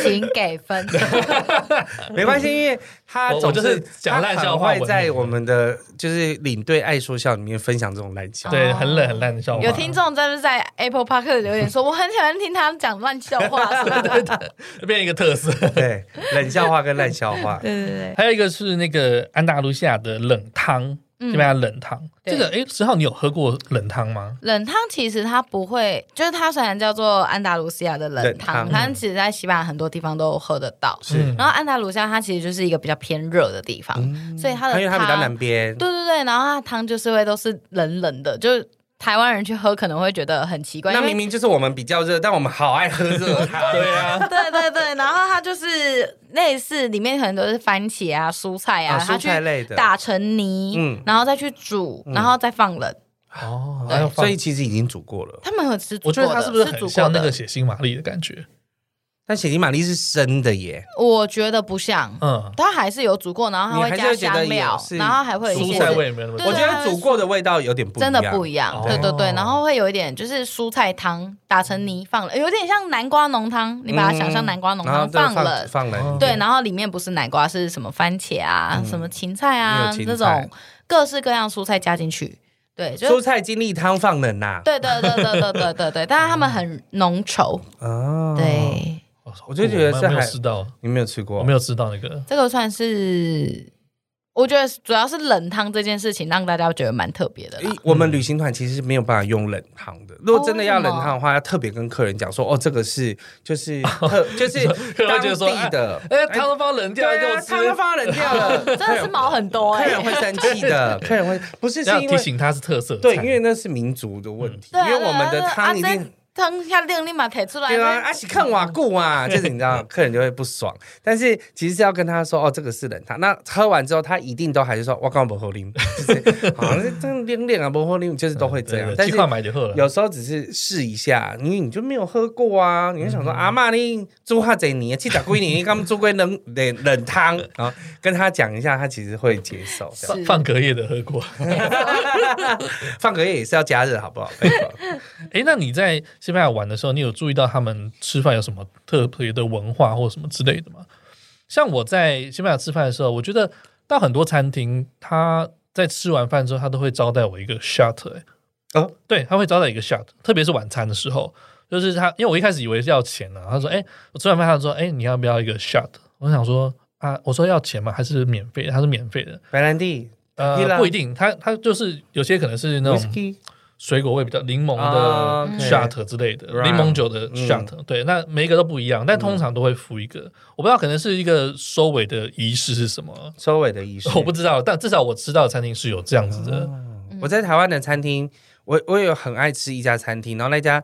C: 请给分。
B: 没关系，因为他
A: 我我
B: 总
A: 就是
B: 是
A: 讲烂笑话
B: 他很会在我们的就是领队爱说笑里面分享这种烂笑话。
A: 对，很冷很烂的笑话。
C: 有听众真的在 Apple Park 留言说，我很喜欢听他讲乱笑话什么的。，
A: 这变成一个特色。
B: 对，冷笑话跟烂笑话
C: 对对
A: 还有一个是那个安达卢西亚的冷汤，西班牙冷汤。这
C: 对
A: 个哎，十号你有喝过冷汤吗？
C: 冷汤其实它不会，就是它虽然叫做安达卢西亚的冷汤
B: 冷汤，嗯
C: 但其实在西班牙很多地方都喝得到。
A: 嗯
B: 是，
C: 然后安达卢西亚它其实就是一个比较偏热的地方，所以它的
B: 因为
C: 汤
B: 嗯它比较南边，
C: 对对对，然后嗯它的汤就是会都是冷冷的，就是台湾人去喝可能会觉得很奇怪，
B: 那
C: 因为
B: 明明就是我们比较热，但我们好爱喝热汤。 对啊，
C: 对对对，然后它就是类似里面可能都是番茄啊、蔬菜啊，
B: 啊
C: 它
B: 蔬
C: 去
B: 菜类的
C: 打成泥，
B: 嗯
C: 然后再去煮，然后再放冷。
A: 哦
C: 对
A: 还有放
B: 所以其实已经煮过了。
C: 他们有吃煮
A: 我
C: 过
A: 觉
C: 的，
A: 得它是不是
C: 煮
A: 很
C: 过
A: 像那
C: 的
A: 个血腥玛丽的感觉？
B: 但血腥玛丽是生的耶，
C: 我觉得不像，
A: 嗯，
C: 它还是有煮过，然后它
B: 你还是
C: 加
B: 会觉得
C: 香料
B: 有，是
C: 然后还会有一
A: 蔬
C: 些
A: 菜味有没有那么
C: 对
A: 重
B: 我觉得煮过的味道有点不一
C: 真
B: 样，
C: 的不一样，
A: 哦
C: 对对对，然后会有一点就是蔬菜汤打成泥放了，有点像南瓜浓汤，你把它想象南瓜浓
B: 嗯然后
C: 汤
B: 再放
C: 了。
B: 放冷一
C: 对，
B: 点，
C: 然后里面不是南瓜，是什么番茄啊、什么芹菜啊
B: 嗯也有
C: 那
B: 芹菜
C: 种各式各样蔬菜加进去。对，就
B: 蔬菜精力汤放冷啊呐。
C: 对对对对对对对 对，但是他们很浓稠。
B: 哦，
C: 对，
B: 我就觉得
A: 我
B: 这
A: 没有
B: 还
A: 吃到，
B: 你没有吃过？
A: 我没有吃到那个。
C: 这个算是我觉得主要是冷汤这件事情让大家觉得蛮特别的啦。
B: 诶我们旅行团其实是没有办法用冷汤
C: 嗯
B: 的。如果真的要冷汤
C: 哦
B: 的话，要特别跟客人讲说，哦，这个是就是 特就是
A: 客人
B: 当
A: 会觉得说
B: 地的，
A: 哎，汤都放冷掉，给
B: 对
A: 我
B: 啊，
A: 吃。
B: 汤都放冷掉 了，
C: 真的是毛很多
B: 客
C: 哎、
B: 人会生气的， 客人会不是是
A: 要
B: 因
A: 提
B: 为
A: 醒它是特色菜，
B: 对，因为那是民族的问题，
C: 对啊，
B: 因为我们的
C: 对啊
B: 汤一
C: 啊
B: 定。
C: 这汤下令立马提出来。
B: 对啊，阿喜看瓦固啊， 就是你知道，客人就会不爽。但是其实是要跟他说，哦，这个是冷汤。那喝完之后，他一定都还是说，我刚不喝啉，就是 好像是真冷冷啊，不喝啉，就是都会这样。但
A: 七
B: 是
A: 块买就喝了。
B: 有时候只是试一下，因为你就没有喝过啊，你就想说、
A: 嗯
B: 阿妈你煮哈贼你七打龟你刚煮龟冷冷冷汤，然后跟他讲一下，他其实会接受。这样
C: 是
A: 放隔夜的喝过，
B: 放隔夜也是要加热，好 不好？拜托
A: 哎，那你在西班牙玩的时候，你有注意到他们吃饭有什么特别的文化或什么之类的吗？像我在西班牙吃饭的时候，我觉得到很多餐厅，他在吃完饭之后，他都会招待我一个 shot，、欸、
B: 哦，
A: 对，他会招待一个 shot，特别是晚餐的时候，就是他，因为我一开始以为是要钱啊，他说，哎、我吃完饭，他说，哎、你要不要一个 shot？我想说，啊，我说要钱吗？还是免费的？他是免费的，
B: 白兰地
A: 呃，
B: Tequila
A: 不一定，他他就是有些可能是那种
B: whisky
A: 水果味比较柠檬
B: 啊
A: 的
C: 嗯
B: ，OK
A: shot 之类的，
B: Rum
A: 柠檬酒
B: 嗯
A: 的 shot，、对，那每一个都不一样，但通常都会付一个，我不知道可能是一个收尾的仪式是什么，
B: 收尾的仪式，
A: 我不知道，但至少我吃到的餐厅是有这样子的，
B: 哦我在台湾的餐厅，我我有很爱吃一家餐厅，然后那家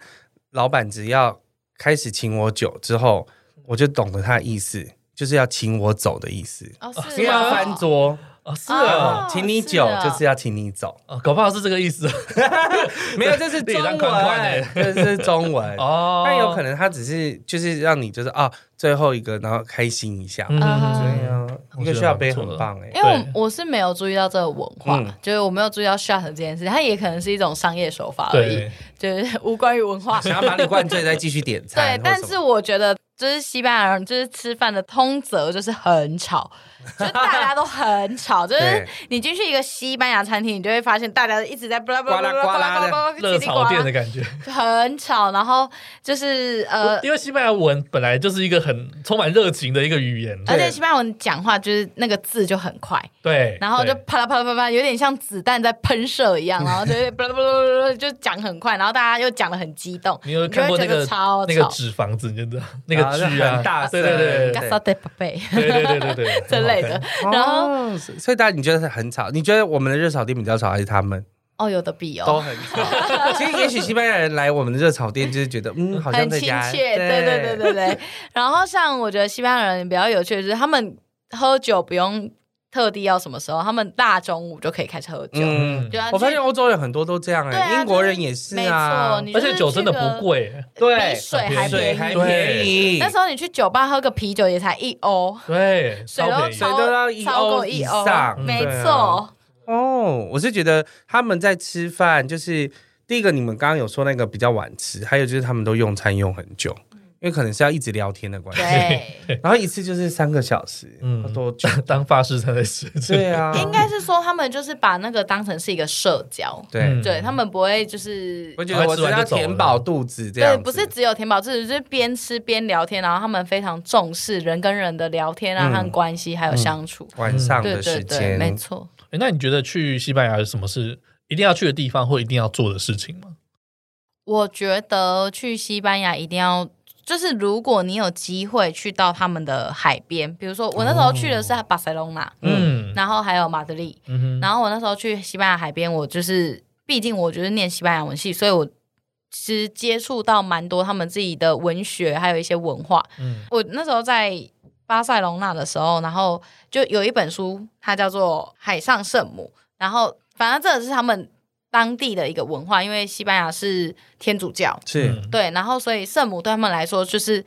B: 老板只要开始请我酒之后，我就懂得他的意思，就是要请我走的意思，
C: 哦
B: 因
C: 是
B: 为
C: 啊
B: 要翻桌，
A: 哦，是啊，
C: 哦
B: 请你酒
C: 是啊
B: 就是要请你走，
A: 哦搞不好是这个意思
B: 没有这是
A: 自己
B: 中
A: 当款款欸
B: 文，这是中文。
A: 哦，
B: 但有可能他只是就是让你就是啊最后一个，然后开心一下。
A: 嗯，
C: 啊
B: 对啊，
A: 我
B: 一
A: 觉
B: 个
A: 得
B: 需要杯
A: 蛮不错
B: 很
A: 的
B: 棒哎
C: 因，为
A: 对
C: 我我是没有注意到这个文化，
B: 嗯
C: 就是我没有注意到 shot 这件事，它也可能是一种商业手法而已，
A: 对，
C: 就是无关于文化。
B: 想要把你灌醉再继续点餐
C: 对
B: 或，什么。
C: 但是我觉得就是西班牙人就是吃饭的通则就是很吵，就是大家都很 吵，就是
B: 对
C: 你进去一个西班牙餐厅，你就会发现大家一直在巴拉巴拉巴拉
B: 呱
C: 巴
B: 啦
C: 拉
B: 呱啦
C: 巴拉
A: 热炒店的感觉。
C: 很吵，然后就是呃，
A: 因为西班牙文本来就是一个很充满热情的一个语言，
C: 而且西班牙人讲话就是那个字就很快，
A: 对，
C: 然后就
A: 对
C: 啪啦啪啦啪啦啪啦，有点像子弹在喷射一样，然后就会啪啦啪啦啪啦啪啦就讲很快，然后大家又讲的很激动，
A: 你有
C: 就
A: 看过
C: 会
A: 那
C: 觉
A: 个
C: 得超
A: 那个
C: 吵。
A: 纸房子，你知道那个
B: 啊
A: 剧
B: 那
A: 啊，
B: 很大
A: 对
B: 声
A: 对对 哦对
C: 嘎萨德巴贝
A: 对对对对对
C: 之类的，然后
B: 后，哦所以大家你觉得是很吵？你觉得我们的热炒店比较吵，还是他们
C: 哦，有的比
B: 都
C: 哦，
B: 很吵？ 其实也许西班牙人来我们的热炒店，就是觉得嗯，好像
C: 很
B: 在
C: 亲
B: 家，
C: 切，对对对对对。然后像我觉得西班牙人比较有趣的是，他们喝酒不用特地要什么时候，他们大中午就可以开始喝酒。
B: 嗯
C: 对啊，
B: 我发
C: 就
B: 现欧洲人很多都这样哎、
C: 对啊
B: 英国人也是
C: 没
B: 啊
C: 错，，你就
A: 而
C: 是
A: 且酒真的
C: 去个
A: 不，贵，
B: 对
C: 比，水还
B: 水
C: 便
B: 还
C: 宜。
B: 便宜，
C: 那时候你去酒吧喝个啤酒也才一欧，
A: 对，
C: 水
A: 超
C: 都
A: 便宜
B: 水。都要一
C: 超
B: 欧
C: 过
B: 以
C: 一欧
B: 上，
C: 没
B: 对啊
C: 错，
B: 哦，我是觉得他们在吃饭，就是第一个，你们刚刚有说那个比较晚吃，还有就是他们都用餐用很久，因为可能是要一直聊天的关系，
C: 嗯对。
B: 然后一次就是三个小时，
A: 嗯
B: 嗯，多久？
A: 当法式餐在吃，
B: 对啊，
C: 应该是说他们就是把那个当成是一个社交，
B: 对。
A: 嗯
C: 对他们不会就是
B: 我觉得我只要填饱肚子这样
C: 对，
B: 子，
C: 不是只有填饱肚子，就是边吃边聊天，然后他们非常重视人跟人的聊天啊、
B: 嗯
C: 和关系，还有相处。
B: 晚上
C: 对
B: 的
C: 对
B: 时
C: 对，没
B: 间。
C: 错。
A: 诶那你觉得去西班牙有什么是一定要去的地方或一定要做的事情吗？
C: 我觉得去西班牙一定要，就是如果你有机会去到他们的海边，比如说我那时候去的是
B: 哦
C: 巴塞隆纳，
A: 嗯
C: 然后还有马德里，
A: 嗯哼，
C: 然后我那时候去西班牙海边，我就是毕竟我就是念西班牙文系，所以我其实接触到蛮多他们自己的文学，还有一些文化。
A: 嗯
C: 我那时候在巴塞隆纳的时候，然后就有一本书，它叫做《海上圣母》，然后反正这个是他们当地的一个文化，因为西班牙是天主教，
B: 是，
A: 嗯
C: 对，然后所以圣母对他们来说就是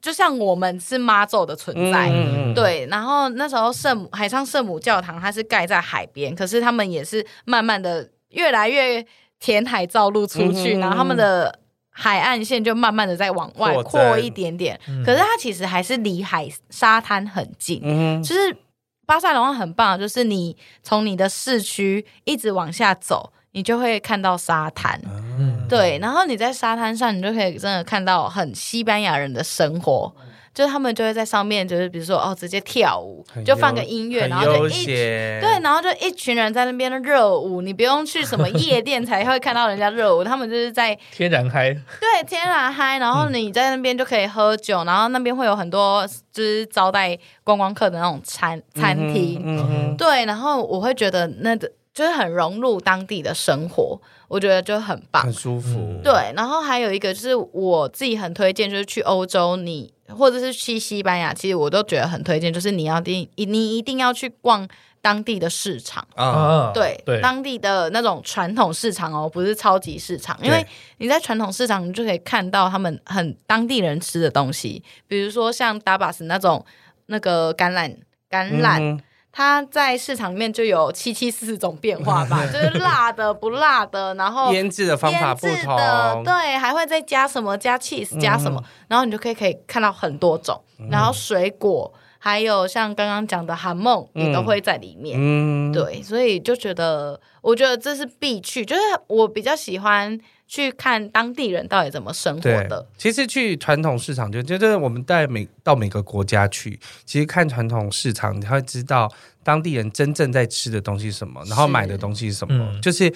C: 就像我们是妈祖的存在，
A: 嗯
C: 对，然后那时候圣母海上圣母教堂，它是盖在海边，可是他们也是慢慢的越来越填海造陆出去，
B: 嗯哼
C: 然后他们的海岸线就慢慢的在往外
B: 扩展
C: 扩一点点。可是它其实还是离海沙滩很近，
B: 嗯哼，
C: 就是巴塞罗那很棒，啊就是你从你的市区一直往下走，你就会看到沙滩。
A: 嗯，
C: 对，然后你在沙滩上，你就可以真的看到很西班牙人的生活，
B: 嗯
C: 就是他们就会在上面，就是比如说哦，直接跳舞
B: 很，
C: 就放
B: 悠
C: 个音乐，
B: 很
C: 然后就
B: 悠
C: 一
B: 闲
C: 对，然后就一群人在那边热舞，你不用去什么夜店才会看到人家热舞，他们就是在
A: 天然嗨，
C: 对天然嗨，然
B: 嗯
C: 后你在那边就可以喝酒，然后那边会有很多就是招待观光客的那种餐餐厅，
B: 嗯哼嗯哼
C: 对，然后我会觉得那个就是很融入当地的生活，我觉得就很棒，
B: 很舒服
A: 嗯，
C: 对，然后还有一个就是我自己很推荐，就是去欧洲你，或者是去西班牙，其实我都觉得很推荐，就是你要定你一定要去逛当地的市场，
B: 啊，
A: 啊，
C: 对，
A: 对，
C: 当地的那种传统市场哦，不是超级市场，因为
B: 对
C: 你在传统市场，你就可以看到他们很当地人吃的东西，比如说像达巴斯那种那个橄榄橄榄。
B: 嗯哼
C: 它在市场里面就有七七四十种变化 吧，就是辣的、不辣的，然后
B: 腌制的方法不
C: 哦腌制
B: 同，嗯
C: 的，对，还会再加什么加 cheese 加什么，然后你就可以可以看到很多种，然后水果还有像刚刚讲的韩梦也都会在里面。
B: 嗯，
C: 对，所以就觉得，我觉得这是必去，就是我比较喜欢去看当地人到底怎么生活
B: 对
C: 的。，
B: 其实去传统市场，就就是我们带每到每个国家去，其实看传统市场，你会知道当地人真正在吃的东西是什么，然后
C: 是
B: 买的东西是什么，
A: 嗯
B: 就是。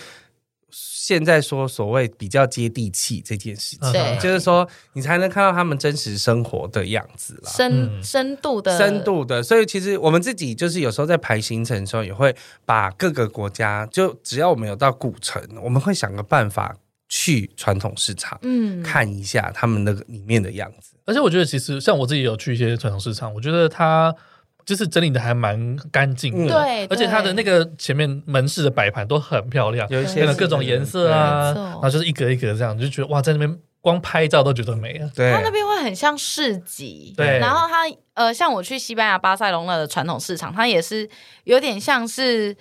B: 现在说所谓比较接地气这件事情，
C: 对
B: 就是说你才能看到他们真实生活的样子啦。
C: 深、
A: 嗯
C: 深度的
B: 深度的，所以其实我们自己就是有时候在排行程的时候，也会把各个国家，就只要我们有到古城，我们会想个办法去传统市场、
C: 嗯，
B: 看一下他们那个里面的样子。
A: 而且我觉得其实像我自己有去一些传统市场，我觉得它就是整理的还蛮干净
B: 嗯
A: 的，
C: 对，
A: 而且它的那
C: 个
A: 个前面门市的摆盘都很漂亮，
B: 有一
C: 对
B: 些
A: 那个各种颜色啊，
C: 没错
A: 然后就是一格一格这样，你就觉得哇，在那边光拍照都觉得美啊。
B: 对，
C: 它
B: 对
C: 那边会很像市集，
A: 对
C: 然后它呃，像我去西班牙巴塞隆那的传统市场，它也是有点像是。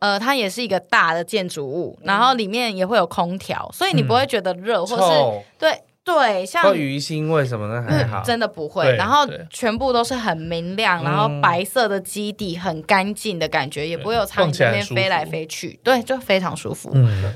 C: 呃，它也是一个大的建筑物，
A: 嗯
C: 然后里面也会有空调，所以你不会觉得热，或是
B: 臭
C: 对对，像
B: 或鱼腥味什么的还好，
C: 真的不会。
A: 对
C: 然后
A: 对嗯
C: 全部都是很明亮，然后白色的基底，很干净的感觉，也不会有苍
A: 逛
C: 蝇
A: 起来很
C: 那边
A: 舒
C: 飞来
A: 服
C: 飞去，对，就非常舒服。
A: 嗯，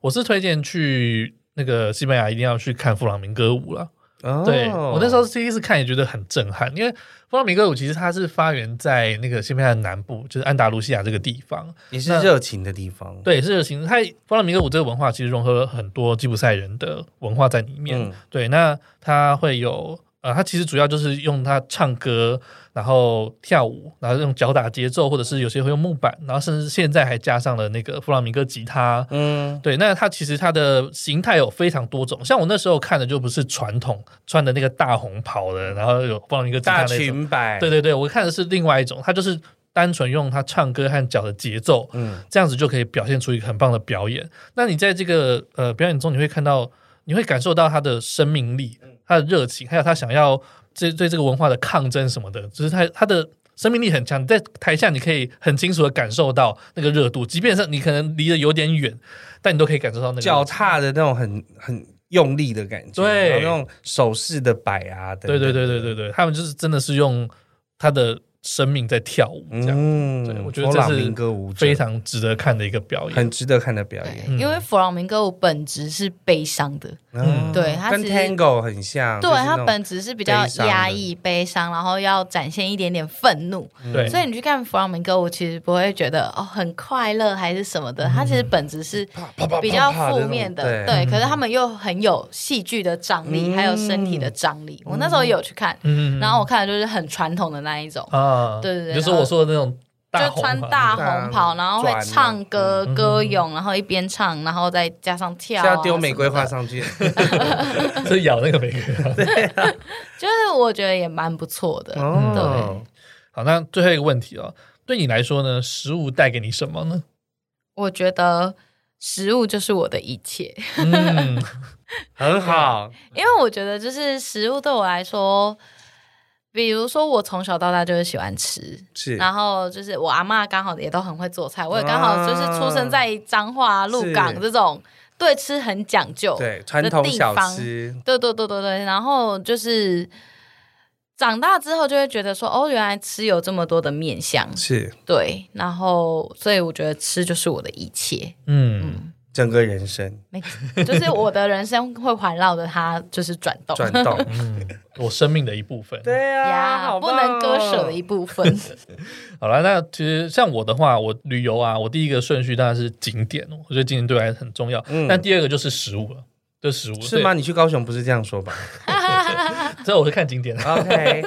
A: 我是推荐去那个西班牙一定要去看弗朗明歌舞了。
C: 嗯
B: 哦
A: 对我那时候第一次看也觉得很震撼，因为弗朗明歌舞其实它是发源在那个西班牙南部，就是安达卢西亚这个地方。
B: 也是热情的地方，
A: 对，是有形式。它弗朗明歌舞这个文化其实融合了很多吉普赛人的文化在里面。
B: 嗯
A: 对，那它会有呃，它其实主要就是用它唱歌，然后跳舞，然后用脚打节奏，或者是有些会用木板，然后甚至现在还加上了那个弗朗明哥吉他。
B: 嗯，
A: 对，那它其实它的形态有非常多种，像我那时候看的就不是传统穿的那个大红袍的，然后有弗朗明哥吉他
B: 大
A: 那种。
B: 裙摆，
A: 对对对，我看的是另外一种，它就是单纯用他唱歌和脚的节奏，
B: 嗯，
A: 这样子就可以表现出一个很棒的表演。那你在这个呃表演中，你会看到，你会感受到他的生命力、
B: 嗯
A: 他的热情，还有他想要这对这个文化的抗争什么的，就是他他的。生命力很强，你在台下你可以很清楚的感受到那个热度，即便是你可能离得有点远，但你都可以感受到那个热
B: 脚
A: 度
B: 踏的那种很很用力的感觉，
A: 对
B: 然后那种手势的摆啊，
A: 对对对对对对，他们就是真的是用他的生命在跳舞，这样、
B: 嗯
A: 对我觉得
B: 佛
A: 这
B: 朗
A: 是
B: 明哥舞者
A: 非常值得看的一个表演。
B: 很值得看的表演，
A: 嗯
C: 因为弗朗明歌舞本质是悲伤的，
A: 嗯
B: 嗯
C: 对它
B: 跟
C: 其实
B: Tango 很
A: 啊
B: 像，
C: 对，
B: 就是那
C: 它
B: 种
C: 本质是比较
B: 悲伤的
C: 压抑、悲伤，然后要展现一点点愤怒。
A: 对，
C: 嗯所以你去看弗朗明歌舞，其实不会觉得哦很快乐还是什么
A: 嗯
C: 的，它其实本质是
B: 啪啪
C: 比较
B: 啪那
C: 负
B: 种
C: 面的，
B: 对
C: 对。
A: 嗯
C: 可是他们又很有戏剧的张力，
B: 嗯
C: 还有身体的张力。我那时候也有去看，
A: 嗯
C: 然后我看的就是很传统的那一种，
A: 啊，
C: 对对对
A: 你就是我说的那种大
C: 就
A: 红啊
C: 穿
A: 嘛
C: 大
B: 大
C: 红袍，然后会
B: 转啊
C: 唱歌
A: 嗯
C: 歌咏，然后一边唱，然后再加上跳
B: 是
C: 啊，
B: 要丢玫瑰花，上 去，
A: 就是咬那个玫瑰 花。
C: 就是我觉得也蛮不错
A: 嗯
C: 的。
B: 哦，
A: 好，那最后一个问题哦，对你来说呢，食物带给你什么呢？
C: 我觉得食物就是我的一切，
A: 嗯，
B: 很好，
C: 因为我觉得就是食物对我来说，比如说我从小到大就是喜欢吃，
B: 是
C: 然后就是我阿妈刚好也都很会做菜，我也刚好就是出生在彰化、鹿港
B: 啊是
C: 这种对吃很讲究，
B: 对传统小吃，
C: 对对对对对，然后就是。长大之后就会觉得说，哦，原来吃有这么多的面相，
B: 是
C: 对，然后所以我觉得吃就是我的一切，
A: 嗯，
B: 整个人生
C: 没，就是我的人生会环绕着它就是转动，
B: 转动，
A: 嗯，我生命的一部分。
B: 对啊，
C: 呀，
B: 好
C: 不
B: 棒
C: 能
B: 哦
C: 割舍的一部分。
A: 好了，那其实像我的话，我旅游啊，我第一个顺序当然是景点，我觉得景点对我来说很重要。
B: 嗯
A: 但第二个就是食物了，就是食物
B: 是吗？？你去高雄不是这样说吧
A: 所以所以我是看景点。
B: ？OK，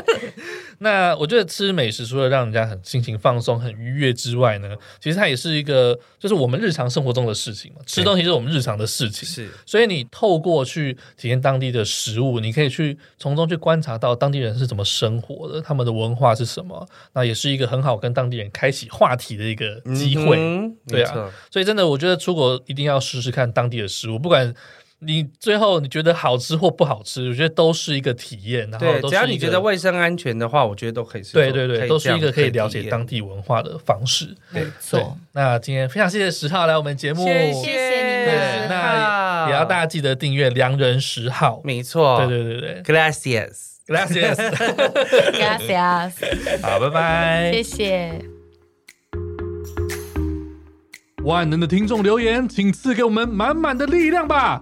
A: 那我觉得吃美食除了让人家很心情放松、很愉悦之外呢，其实它也是一个，就是我们日常生活中的事情嘛。吃东西是我们日常的事情，
B: 是
A: 所以你透过去体验当地的食物，你可以去从中去观察到当地人是怎么生活的，他们的文化是什么。那也是一个很好跟当地人开启话题的一个 机会。
B: 嗯
A: 对啊
B: 没错
A: 所以真的，我觉得出国一定要试试看当地的食物，不管。你最后你觉得好吃或不好吃，我觉得都是一个体验，然后
B: 对，
A: 都是
B: 只要
A: 一
B: 你
A: 个
B: 觉得卫生安全的话，我觉得都可以是做。
A: 对对
B: 可
A: 对，
B: 以
A: 都是
B: 这
A: 一
B: 样
A: 个可以
B: 可
A: 了
B: 体
A: 解
B: 验
A: 当地文化的方式。
C: 没
A: 对
C: 错，，
A: 那今天非常谢谢十号来我们节目，
B: 谢
C: 谢您的
A: 对
C: 十
A: 那也也要大家记得订阅《良人十号》。
B: 没错，
A: 对对对对
B: ，Gracias，
A: ，Gracias，
C: gracias，
B: 好，拜拜，
C: 谢谢。
A: 万能的听众留言，请赐给我们满满的力量吧！